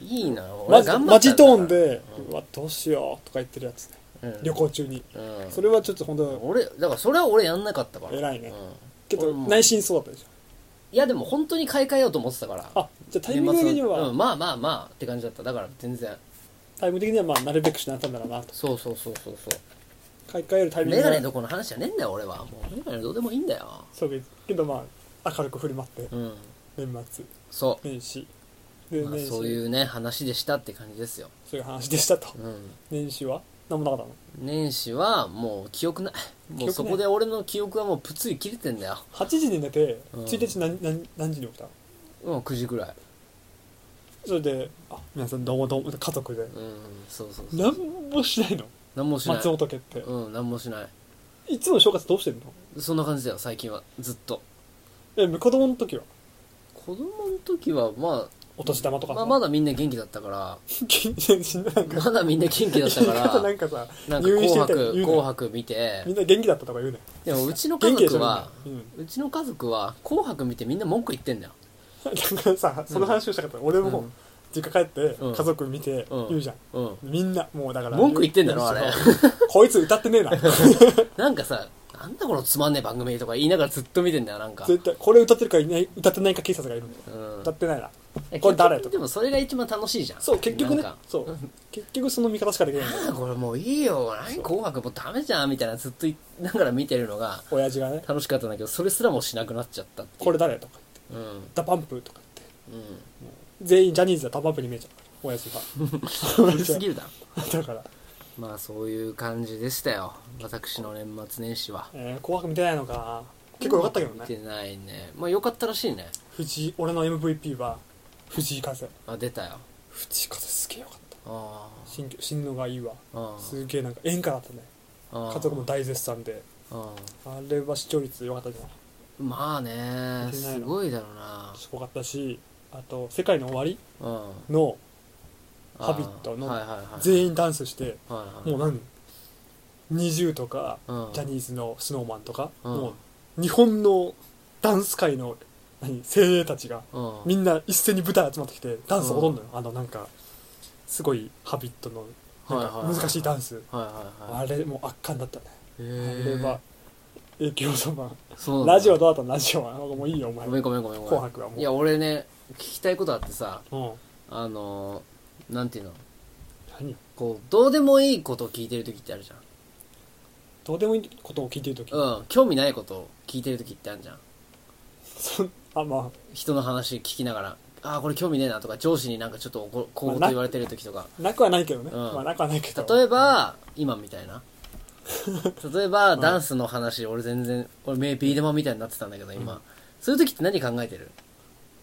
[SPEAKER 2] いいな
[SPEAKER 1] マ
[SPEAKER 2] 俺
[SPEAKER 1] ジ
[SPEAKER 2] 頑張ったんだ
[SPEAKER 1] マジトーン、で「うわどうしよう」とか言ってるやつね
[SPEAKER 2] うん
[SPEAKER 1] 旅行中に
[SPEAKER 2] うん
[SPEAKER 1] それはちょっと本当
[SPEAKER 2] 俺だからそれは俺やんなかったから
[SPEAKER 1] 偉いね
[SPEAKER 2] うん
[SPEAKER 1] けど
[SPEAKER 2] 俺も
[SPEAKER 1] 内心そうだったでし
[SPEAKER 2] いやでも本当に買い替えようと思ってたから
[SPEAKER 1] ょあじゃあタイミング的に
[SPEAKER 2] 年末の
[SPEAKER 1] は
[SPEAKER 2] うん、まあまあまあって感じだっただから全然
[SPEAKER 1] タイム的にはまあなるべくしなかったんだろうなと
[SPEAKER 2] そうそうそうそうそう
[SPEAKER 1] 買い替えるタイミン
[SPEAKER 2] メ
[SPEAKER 1] グ
[SPEAKER 2] ガネ
[SPEAKER 1] が
[SPEAKER 2] どこの話じゃねえんだよ俺はもうメガネどうでもいいんだよ
[SPEAKER 1] そうけどまあ明るく振る舞って
[SPEAKER 2] うん
[SPEAKER 1] 年末
[SPEAKER 2] そ
[SPEAKER 1] 年始
[SPEAKER 2] う、
[SPEAKER 1] で
[SPEAKER 2] まあ
[SPEAKER 1] 年始
[SPEAKER 2] そういうね話でしたって感じですよ
[SPEAKER 1] そういう話でしたと
[SPEAKER 2] うん
[SPEAKER 1] 年始は何もなかったの
[SPEAKER 2] 年始はもう記憶ないもうそこで俺の記憶はもうプツリ切れてんだよ
[SPEAKER 1] 8時に寝て
[SPEAKER 2] うん
[SPEAKER 1] 1日何何何時に起きたの
[SPEAKER 2] うん9時ぐらい
[SPEAKER 1] それで「あ皆さんどうもどうも」家族で
[SPEAKER 2] うんそうそうそう
[SPEAKER 1] 何もしないの
[SPEAKER 2] 何もしない
[SPEAKER 1] 松本家って
[SPEAKER 2] うん何もしない
[SPEAKER 1] いつも正月どうしてんの
[SPEAKER 2] そんな感じだよ最近はずっと
[SPEAKER 1] え子供の時は
[SPEAKER 2] 子供の時はま
[SPEAKER 1] お年玉とか
[SPEAKER 2] あま
[SPEAKER 1] さ
[SPEAKER 2] あまだみんな元気だったから
[SPEAKER 1] 近年死んだなんか
[SPEAKER 2] まだみんな元気だったから
[SPEAKER 1] なんかさ
[SPEAKER 2] なんか
[SPEAKER 1] 入院し
[SPEAKER 2] 紅
[SPEAKER 1] てみたい
[SPEAKER 2] 白
[SPEAKER 1] 言うね
[SPEAKER 2] 紅白見て
[SPEAKER 1] みんな元気だったとか言うね
[SPEAKER 2] でもうちの家
[SPEAKER 1] 元気でし
[SPEAKER 2] 族
[SPEAKER 1] ょ
[SPEAKER 2] は
[SPEAKER 1] みんな
[SPEAKER 2] うちの家族は紅白見てみんな文句言ってんだよ
[SPEAKER 1] うんだからさその話をしたかった俺
[SPEAKER 2] う
[SPEAKER 1] も
[SPEAKER 2] ん
[SPEAKER 1] 実家帰って
[SPEAKER 2] うん
[SPEAKER 1] 家族見て
[SPEAKER 2] うん
[SPEAKER 1] 言うじゃん
[SPEAKER 2] うん
[SPEAKER 1] みんなもうだから
[SPEAKER 2] 文句言ってんだろあれ
[SPEAKER 1] そう こいつ歌ってねえな
[SPEAKER 2] なんかさなんだこのつまんねえ番組とか言いながらずっと見てんだよなんか
[SPEAKER 1] 絶対これ歌ってるかいない歌ってないか警察がいるんだよ
[SPEAKER 2] うん
[SPEAKER 1] 歌ってないな
[SPEAKER 2] え
[SPEAKER 1] これ誰とか
[SPEAKER 2] 結局でもそれが一番楽しいじゃん
[SPEAKER 1] そう結局ね
[SPEAKER 2] なんか
[SPEAKER 1] そう結局その見方しかできないんだよ
[SPEAKER 2] ああこれもういいよ何紅白もうダメじゃんみたいなずっと言いながら見てるのが
[SPEAKER 1] 親父がね
[SPEAKER 2] 楽しかったんだけどそれすらもしなくなっちゃったっていう
[SPEAKER 1] これ誰とか言って
[SPEAKER 2] うんうん
[SPEAKER 1] ダパンプとか言って全員ジャニーズだダパンプに見えちゃうから親父が
[SPEAKER 2] 古すぎるだろ
[SPEAKER 1] だから
[SPEAKER 2] まあそういう感じでしたよ私の年末年始は
[SPEAKER 1] えー紅白見てないのかな結構良かったけどね
[SPEAKER 2] 見てないねまあよかったらしいね
[SPEAKER 1] 藤井俺の MVP は藤井風
[SPEAKER 2] あ出たよ
[SPEAKER 1] 藤井風すげえよかった
[SPEAKER 2] あ
[SPEAKER 1] 新居新のがいいわ
[SPEAKER 2] ーあー
[SPEAKER 1] すげえなんか演歌だったね
[SPEAKER 2] あー
[SPEAKER 1] 家族も大絶賛で
[SPEAKER 2] あ
[SPEAKER 1] あれは視聴率良かったじゃない
[SPEAKER 2] ーまあね
[SPEAKER 1] 見てない
[SPEAKER 2] す
[SPEAKER 1] の
[SPEAKER 2] ごいだろうな
[SPEAKER 1] すごかったしあと「世界の終わり
[SPEAKER 2] うん」
[SPEAKER 1] の
[SPEAKER 2] あー
[SPEAKER 1] ハビットの
[SPEAKER 2] はいはいはい
[SPEAKER 1] 全員ダンスして
[SPEAKER 2] はい
[SPEAKER 1] もう何20とか
[SPEAKER 2] はいうん
[SPEAKER 1] ジャニーズのスノーマンとか
[SPEAKER 2] うん
[SPEAKER 1] もう日本のダンス界の何精鋭たちが
[SPEAKER 2] うん
[SPEAKER 1] みんな一斉に舞台集まってきてダンス踊るのよあのなんかすごい「ハビットのなんか難しいダンス
[SPEAKER 2] はいはいは
[SPEAKER 1] あ
[SPEAKER 2] い
[SPEAKER 1] れもう圧巻だったね
[SPEAKER 2] へ
[SPEAKER 1] あ
[SPEAKER 2] ー
[SPEAKER 1] れは影響様
[SPEAKER 2] そうなんだ
[SPEAKER 1] ラジオどうだったのラジオはもういいよお前
[SPEAKER 2] ごめんごめんごめんごめん
[SPEAKER 1] 紅白はもう
[SPEAKER 2] いや俺ね聞きたいことあってさ
[SPEAKER 1] うん
[SPEAKER 2] あのーなんていうの
[SPEAKER 1] 何
[SPEAKER 2] こうどうでもいいことを聞いてる時ってあるじゃ
[SPEAKER 1] どうでもいいことを聞いてるとき、
[SPEAKER 2] んうん興味ないことを聞いてる時ってあるじゃん
[SPEAKER 1] そあまあ
[SPEAKER 2] 人の話聞きながらああこれ興味ねえなとか上司になんかちょっとおこ小言言われてる時とか
[SPEAKER 1] なくはないけどね、
[SPEAKER 2] うん
[SPEAKER 1] まあなくはないけど
[SPEAKER 2] 例えば今みたいな例 えばダンスの話俺全然俺目ビー玉みたいになってたんだけど今、そういう時って何考えてる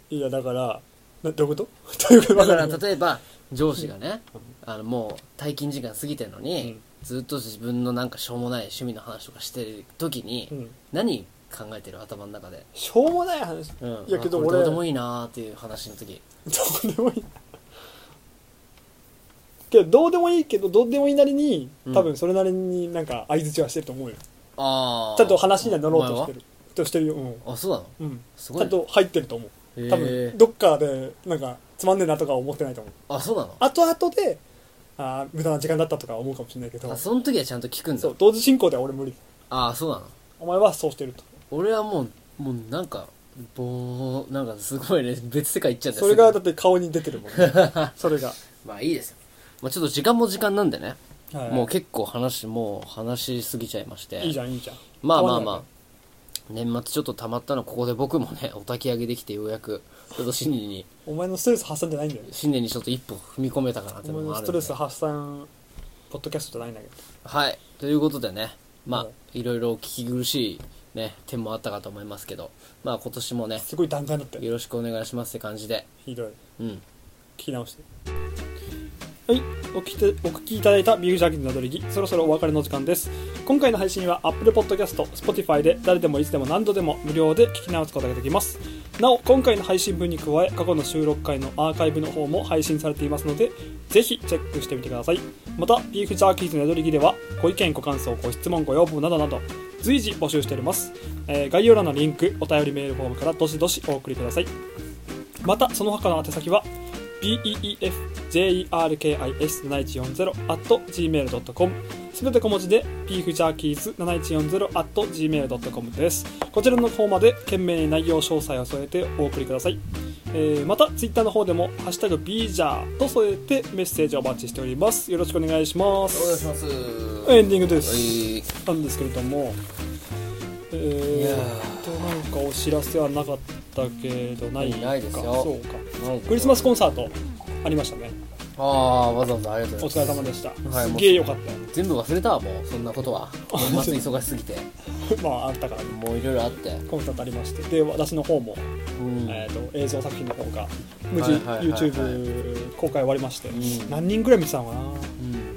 [SPEAKER 1] いやだからなどういうことどういうこと
[SPEAKER 2] だから
[SPEAKER 1] わんない
[SPEAKER 2] 例えば上司がね、あのもう退勤時間過ぎてるのに、
[SPEAKER 1] うん
[SPEAKER 2] ずっと自分のなんかしょうもない趣味の話とかしてる時に、
[SPEAKER 1] うん
[SPEAKER 2] 何考えてる頭の中で、
[SPEAKER 1] しょうもない話
[SPEAKER 2] うん、
[SPEAKER 1] いやけど
[SPEAKER 2] あこ
[SPEAKER 1] 俺
[SPEAKER 2] れどうでもいいなーっていう話の時
[SPEAKER 1] どうでもいいけどどうでもいいけどどうでもいいなりに
[SPEAKER 2] うん
[SPEAKER 1] 多分それなりになんか相づちはしてると思うよ、
[SPEAKER 2] ああ
[SPEAKER 1] ちゃんと話には乗ろうとして
[SPEAKER 2] る
[SPEAKER 1] るとしてるよ、うん
[SPEAKER 2] あそうなの
[SPEAKER 1] うん、
[SPEAKER 2] す
[SPEAKER 1] ち
[SPEAKER 2] ごい
[SPEAKER 1] ゃん
[SPEAKER 2] ね
[SPEAKER 1] と入ってると思う
[SPEAKER 2] へ
[SPEAKER 1] 多分
[SPEAKER 2] ー
[SPEAKER 1] どっかでなんかつまんねえなとかは思ってないと思う
[SPEAKER 2] あそうなの
[SPEAKER 1] 後々であー無駄な時間だったとか思うかもしれないけど
[SPEAKER 2] あその時はちゃんと聞くんだ
[SPEAKER 1] そう同時進行では俺無理
[SPEAKER 2] ああそうなの
[SPEAKER 1] お前はそうしてると
[SPEAKER 2] 俺はもうもうなんかぼーなんかすごいね別世界行っちゃうんだよ
[SPEAKER 1] それが
[SPEAKER 2] す
[SPEAKER 1] だ
[SPEAKER 2] ぐ
[SPEAKER 1] って顔に出てるもん ねそれが、
[SPEAKER 2] まあいいですよ、まあ、ちょっと時間も時間なんでね
[SPEAKER 1] はい
[SPEAKER 2] もう結構話もう話しすぎちゃいまして
[SPEAKER 1] いいじゃんいいじゃん
[SPEAKER 2] まあまあま
[SPEAKER 1] 変わんない
[SPEAKER 2] あ年末ちょっと溜まったのここで僕もねお焚き上げできてようやくちょっと新年に
[SPEAKER 1] お前のストレス発散じゃないんだよ
[SPEAKER 2] 新年にちょっと一歩踏み込めたかなって
[SPEAKER 1] お
[SPEAKER 2] の
[SPEAKER 1] 前
[SPEAKER 2] も
[SPEAKER 1] の
[SPEAKER 2] あ
[SPEAKER 1] ス
[SPEAKER 2] る
[SPEAKER 1] ト
[SPEAKER 2] んで
[SPEAKER 1] レス発散ポッドキャストじゃないんだけど
[SPEAKER 2] はいということでねまあ
[SPEAKER 1] はい
[SPEAKER 2] ろいろお聞き苦しいね点もあったかと思いますけどまあ今年もね
[SPEAKER 1] すごい段階になって
[SPEAKER 2] よろしくお願いしますって感じで
[SPEAKER 1] ひどい
[SPEAKER 2] うん
[SPEAKER 1] 聞き直してはいお聞きてお聞きいただいたビーフジャーキーのなどりぎそろそろお別れの時間です今回の配信は Apple Podcast、Spotify で誰でもいつでも何度でも無料で聞き直すことができますなお今回の配信分に加え過去の収録回のアーカイブの方も配信されていますのでぜひチェックしてみてくださいまたビーフジャーキーズの宿りぎではご意見ご感想ご質問ご要望などなど随時募集しております、えー概要欄のリンクお便りメールフォームからどしどしお送りくださいまたその他の宛先は beefjerkis7140.gmail.com すべて小文字で beefjerkies7140.gmail.com ですこちらの方まで懸命に内容詳細を添えてお送りください、えーまたツイッターの方でも「ハッシュタグ #bejer」と添えてメッセージをお待ちしておりますよろしくお願いします
[SPEAKER 2] ます
[SPEAKER 1] エンディングです、
[SPEAKER 2] い
[SPEAKER 1] なんですけれどもえ
[SPEAKER 2] い
[SPEAKER 1] ー
[SPEAKER 2] や
[SPEAKER 1] となんかお知らせはなかったけどないか
[SPEAKER 2] ないですよ
[SPEAKER 1] そうかクリスマスコンサートありましたね
[SPEAKER 2] ああわざわざありがと
[SPEAKER 1] お
[SPEAKER 2] うご
[SPEAKER 1] 疲
[SPEAKER 2] ざい
[SPEAKER 1] れ
[SPEAKER 2] ます
[SPEAKER 1] 様でした、
[SPEAKER 2] はい
[SPEAKER 1] すげえよかったよ
[SPEAKER 2] 全部忘れたわもうそんなこと は年末忙しすぎて
[SPEAKER 1] まああったからね
[SPEAKER 2] もういろいろあって
[SPEAKER 1] コンサートありましてで私の方も、
[SPEAKER 2] うん
[SPEAKER 1] えー、と映像作品の方が無事
[SPEAKER 2] はいはいはいはい
[SPEAKER 1] YouTube 公開終わりまして、
[SPEAKER 2] うん
[SPEAKER 1] 何人ぐらい見てたのかな
[SPEAKER 2] うん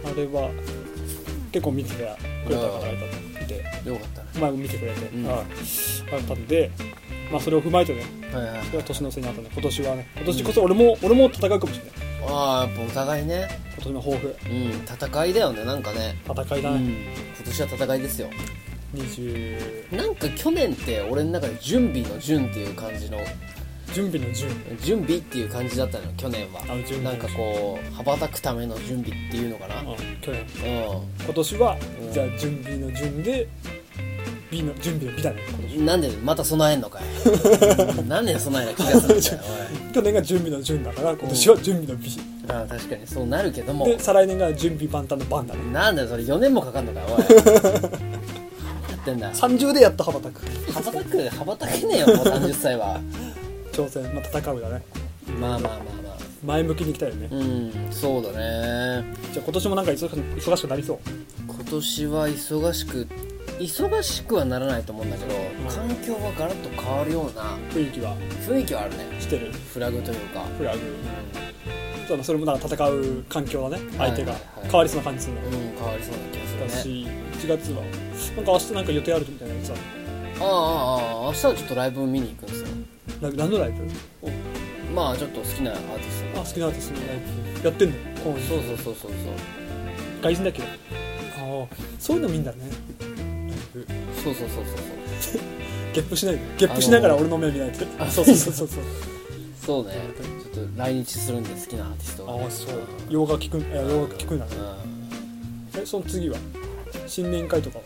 [SPEAKER 1] あれは結構見てくれた方がいたので
[SPEAKER 2] よかったね
[SPEAKER 1] 前も見てくれて、
[SPEAKER 2] うん
[SPEAKER 1] はいあったんで、まあ、それを踏まえてね
[SPEAKER 2] はいはい
[SPEAKER 1] それは年のせいになったね今年はね今年こそ俺も、俺も戦うかもしれない
[SPEAKER 2] ああやっぱお互いね
[SPEAKER 1] 今年の抱負
[SPEAKER 2] うん戦いだよねなんかね
[SPEAKER 1] 戦いだ
[SPEAKER 2] うん
[SPEAKER 1] ね、
[SPEAKER 2] 今年は戦いですよ
[SPEAKER 1] 20
[SPEAKER 2] なんか去年って俺の中で準備の準っていう感じの
[SPEAKER 1] 準備の準
[SPEAKER 2] 準備っていう感じだったのよ去年は
[SPEAKER 1] あ準備
[SPEAKER 2] なんかこう羽ばたくための準備っていうのかなうん
[SPEAKER 1] うん去年
[SPEAKER 2] う
[SPEAKER 1] 今年は、
[SPEAKER 2] うん
[SPEAKER 1] じゃあ準備の準で美の準備の美だね
[SPEAKER 2] んなんでまた備えん のかいうんなんで備えな気がするんだよ
[SPEAKER 1] 去年が準備の準だから今年は準備の美
[SPEAKER 2] おいああ確かにそうなるけども
[SPEAKER 1] で再来年が準備万端の番だね
[SPEAKER 2] なんだよそれ4年もかかんのか おい何やってんだ
[SPEAKER 1] 30でやっと羽ばたく
[SPEAKER 2] 羽ばたく羽ばたけねえよもう30歳は
[SPEAKER 1] 挑戦まあ戦うだね
[SPEAKER 2] まあまあまあまあ
[SPEAKER 1] 前向きにいきたいよね、
[SPEAKER 2] うんそうだね
[SPEAKER 1] じゃあ今年もなんか忙しく忙しくなりそう
[SPEAKER 2] 今年は忙しく忙しくはならないと思うんだけど環境がガラッと変わるような
[SPEAKER 1] 雰囲気は
[SPEAKER 2] 雰囲気はあるね
[SPEAKER 1] してる
[SPEAKER 2] フラグというか
[SPEAKER 1] フラグそうだそれもなんか戦う環境だね相手が
[SPEAKER 2] はいはいはい
[SPEAKER 1] 変わりそうな感じする
[SPEAKER 2] うん変わりそうな気
[SPEAKER 1] だ
[SPEAKER 2] がするね
[SPEAKER 1] し1月はなんか明日なんか予定あるみたいなやつは
[SPEAKER 2] ああああ明日はちょっとライブ見に行くんですよ
[SPEAKER 1] な何のライブお
[SPEAKER 2] まあちょっと好きなアーティスト
[SPEAKER 1] あ
[SPEAKER 2] が
[SPEAKER 1] 好きなアーティストのライブやってんの
[SPEAKER 2] そうそうそうそうそう
[SPEAKER 1] 外人だっけどああそういうの見んだねライブ
[SPEAKER 2] そうそうそうそう
[SPEAKER 1] ゲップしないでゲップしながら俺の目見ないであそうそうそうそうそう
[SPEAKER 2] そうそうねちょっと来日するんで好きなアーティストがね
[SPEAKER 1] ああそう洋楽聞くんえ洋楽聞くんだね
[SPEAKER 2] うん
[SPEAKER 1] えその次は新年会とかは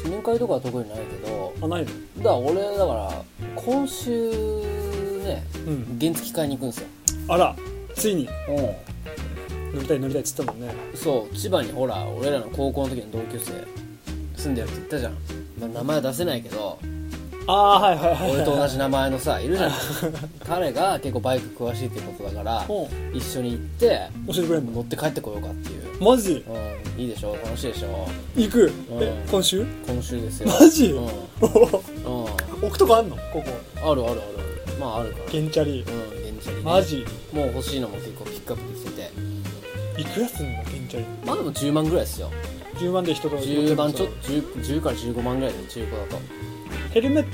[SPEAKER 2] 新年会とかは特にないけど
[SPEAKER 1] あないの
[SPEAKER 2] だから俺だから今週ね
[SPEAKER 1] うん
[SPEAKER 2] 原付買いに行くんですよ
[SPEAKER 1] あらついに乗りたい乗りたいっつったもんね
[SPEAKER 2] そう千葉にほら俺らの高校の時の同級生住んでるって言ったじゃん、まあ名前は出せないけど
[SPEAKER 1] ああーはいはいはいはい
[SPEAKER 2] 俺と同じ名前のさいるじ ゃない彼が結構バイク詳しいってことだから
[SPEAKER 1] おう
[SPEAKER 2] 一緒に行って
[SPEAKER 1] 教えてくれんの
[SPEAKER 2] 乗って帰ってこようかっていう、
[SPEAKER 1] マジ
[SPEAKER 2] うん、いいでしょ楽しいでしょ
[SPEAKER 1] 行く
[SPEAKER 2] う
[SPEAKER 1] え
[SPEAKER 2] ん
[SPEAKER 1] 今週
[SPEAKER 2] 今週ですよ
[SPEAKER 1] マジ
[SPEAKER 2] うん、うん、あ
[SPEAKER 1] 置くとこあんのここ
[SPEAKER 2] るあるあるあるまああるから
[SPEAKER 1] ゲンチャリ
[SPEAKER 2] うん現地に、ね、
[SPEAKER 1] マジ
[SPEAKER 2] もう欲しいのも結構ピックアップできてて
[SPEAKER 1] いくらすんのゲンチャリ
[SPEAKER 2] まあでも10万ぐらいですよ
[SPEAKER 1] 10万で一通り
[SPEAKER 2] 10万ちょっと 10, 10から15万ぐらいで中古だと
[SPEAKER 1] ヘルメッ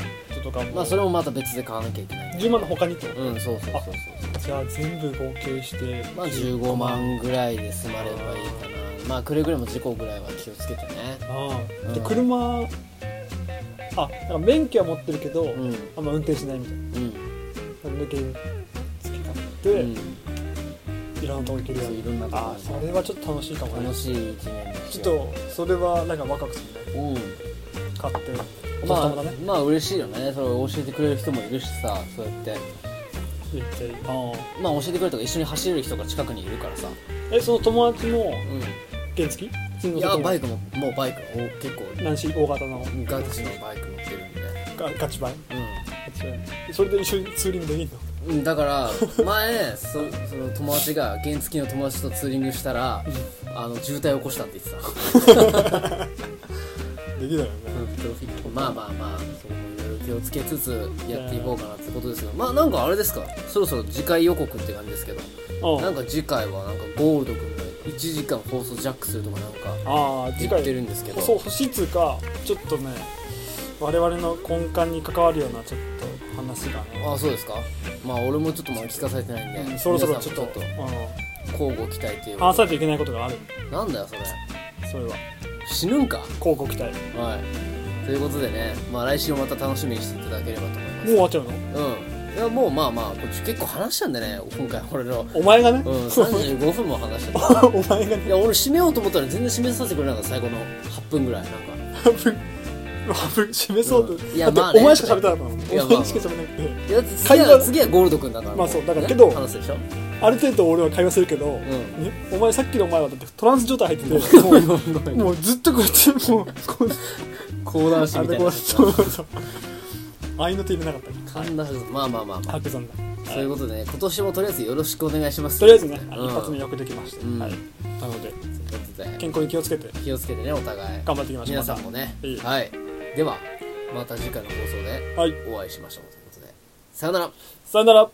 [SPEAKER 1] トとかも、
[SPEAKER 2] まあそれもまた別で買わなきゃいけない
[SPEAKER 1] 10万の他にってこ
[SPEAKER 2] うんそうそうそうそう
[SPEAKER 1] とじゃあ全部合計して
[SPEAKER 2] まあ15万ぐらいで済まればいいかなまあくれぐれも事故ぐらいは気をつけてね
[SPEAKER 1] ああで
[SPEAKER 2] うん
[SPEAKER 1] 車あなんか免許は持ってるけど、
[SPEAKER 2] うん
[SPEAKER 1] あんま運転しないみたいな
[SPEAKER 2] うん
[SPEAKER 1] それだけ付け買っ
[SPEAKER 2] う
[SPEAKER 1] て、
[SPEAKER 2] ん
[SPEAKER 1] いろんなとこ行けるよう
[SPEAKER 2] そう
[SPEAKER 1] に
[SPEAKER 2] いろんなとこ
[SPEAKER 1] ああそれはちょっと楽しいかもね
[SPEAKER 2] 楽しい一年です
[SPEAKER 1] ちょ
[SPEAKER 2] よ
[SPEAKER 1] っとそれはなんか若くするね
[SPEAKER 2] うん
[SPEAKER 1] 買ってお
[SPEAKER 2] ま
[SPEAKER 1] 年
[SPEAKER 2] あ
[SPEAKER 1] 玉だね
[SPEAKER 2] まあ嬉しいよねそれを教えてくれる人もいるしさそうやって
[SPEAKER 1] 言ってああ
[SPEAKER 2] まあ教えてくれるとか一緒に走れる人が近くにいるからさ
[SPEAKER 1] えその友達も
[SPEAKER 2] う
[SPEAKER 1] 原付き普通
[SPEAKER 2] ん
[SPEAKER 1] の
[SPEAKER 2] いや
[SPEAKER 1] 男の
[SPEAKER 2] バイクももうバイクお結構
[SPEAKER 1] 男子大型の
[SPEAKER 2] ガチのバイク乗ってるんで
[SPEAKER 1] ガガチバイガチバイそれで一緒にツーリングできるの
[SPEAKER 2] うん、だから 前そその友達が原付の友達とツーリングしたらあの渋滞起こしたって言ってた
[SPEAKER 1] できないよね
[SPEAKER 2] まあまあまあそういろいろ気をつけつつやっていこうかなってことですけどまあなんかあれですかそろそろ次回予告って感じですけど
[SPEAKER 1] うん
[SPEAKER 2] なんか次回はなんかゴールド君が1時間放送ジャックするとかなんか
[SPEAKER 1] ああ次
[SPEAKER 2] 言
[SPEAKER 1] 回
[SPEAKER 2] ってるんですけど
[SPEAKER 1] そう星つうかちょっとね我々の根幹に関わるようなちょっと話がね
[SPEAKER 2] あそうですかまあ俺もちょっとまだ聞かされてないんで、
[SPEAKER 1] うんそろそろちょっと
[SPEAKER 2] 皆さんも
[SPEAKER 1] う
[SPEAKER 2] ちょっと交互期待っていうん
[SPEAKER 1] 話さないといけないことがある
[SPEAKER 2] なんだよそれ
[SPEAKER 1] それは
[SPEAKER 2] 死ぬんか
[SPEAKER 1] 広告期待も
[SPEAKER 2] はいということでねまあ来週もまた楽しみにしていただければと思いま
[SPEAKER 1] う
[SPEAKER 2] す
[SPEAKER 1] 終わっちゃうの
[SPEAKER 2] うんいやもうまあまあこっち結構話したんでね今回俺の
[SPEAKER 1] お前がね、
[SPEAKER 2] うん35分も話したん で
[SPEAKER 1] お前が
[SPEAKER 2] い
[SPEAKER 1] ね
[SPEAKER 2] や俺締めようと思ったら全然締めさせてくれなかった最後の8分ぐらいなんか
[SPEAKER 1] 半分半分示そうと、
[SPEAKER 2] うんいやま
[SPEAKER 1] だ
[SPEAKER 2] あ
[SPEAKER 1] って
[SPEAKER 2] ね
[SPEAKER 1] お前しか喋ったのお
[SPEAKER 2] いやまあま
[SPEAKER 1] 前
[SPEAKER 2] あ
[SPEAKER 1] しか喋らなくて
[SPEAKER 2] いやだって次
[SPEAKER 1] 会話
[SPEAKER 2] は次はゴールド君だから
[SPEAKER 1] まあそうだから
[SPEAKER 2] ね
[SPEAKER 1] けど
[SPEAKER 2] 話すでしょ
[SPEAKER 1] ある程度俺は会話するけど、
[SPEAKER 2] ん
[SPEAKER 1] ね、お前さっきのお前はだってトランス状態入っ ててもう
[SPEAKER 2] ごめん
[SPEAKER 1] もうずっとこうやって もうこう
[SPEAKER 2] 講談師
[SPEAKER 1] あ
[SPEAKER 2] みた
[SPEAKER 1] れ
[SPEAKER 2] い
[SPEAKER 1] こ
[SPEAKER 2] な
[SPEAKER 1] う そうそう愛の手入れなかった
[SPEAKER 2] 神田伯山まあまあまあまあ
[SPEAKER 1] 白山だ
[SPEAKER 2] そういうことでね今年もとりあえずよろしくお願いします
[SPEAKER 1] とりあえずね、
[SPEAKER 2] うん
[SPEAKER 1] 一発目よくできました、
[SPEAKER 2] うん
[SPEAKER 1] はい、なので
[SPEAKER 2] ということで
[SPEAKER 1] 健康に気をつけて
[SPEAKER 2] 気をつけてねお互い
[SPEAKER 1] 頑張っていきましょう
[SPEAKER 2] 皆さんもね
[SPEAKER 1] いい
[SPEAKER 2] はいではまた次回の放送で
[SPEAKER 1] はい
[SPEAKER 2] お会いしましょうということでさよなら
[SPEAKER 1] さよなら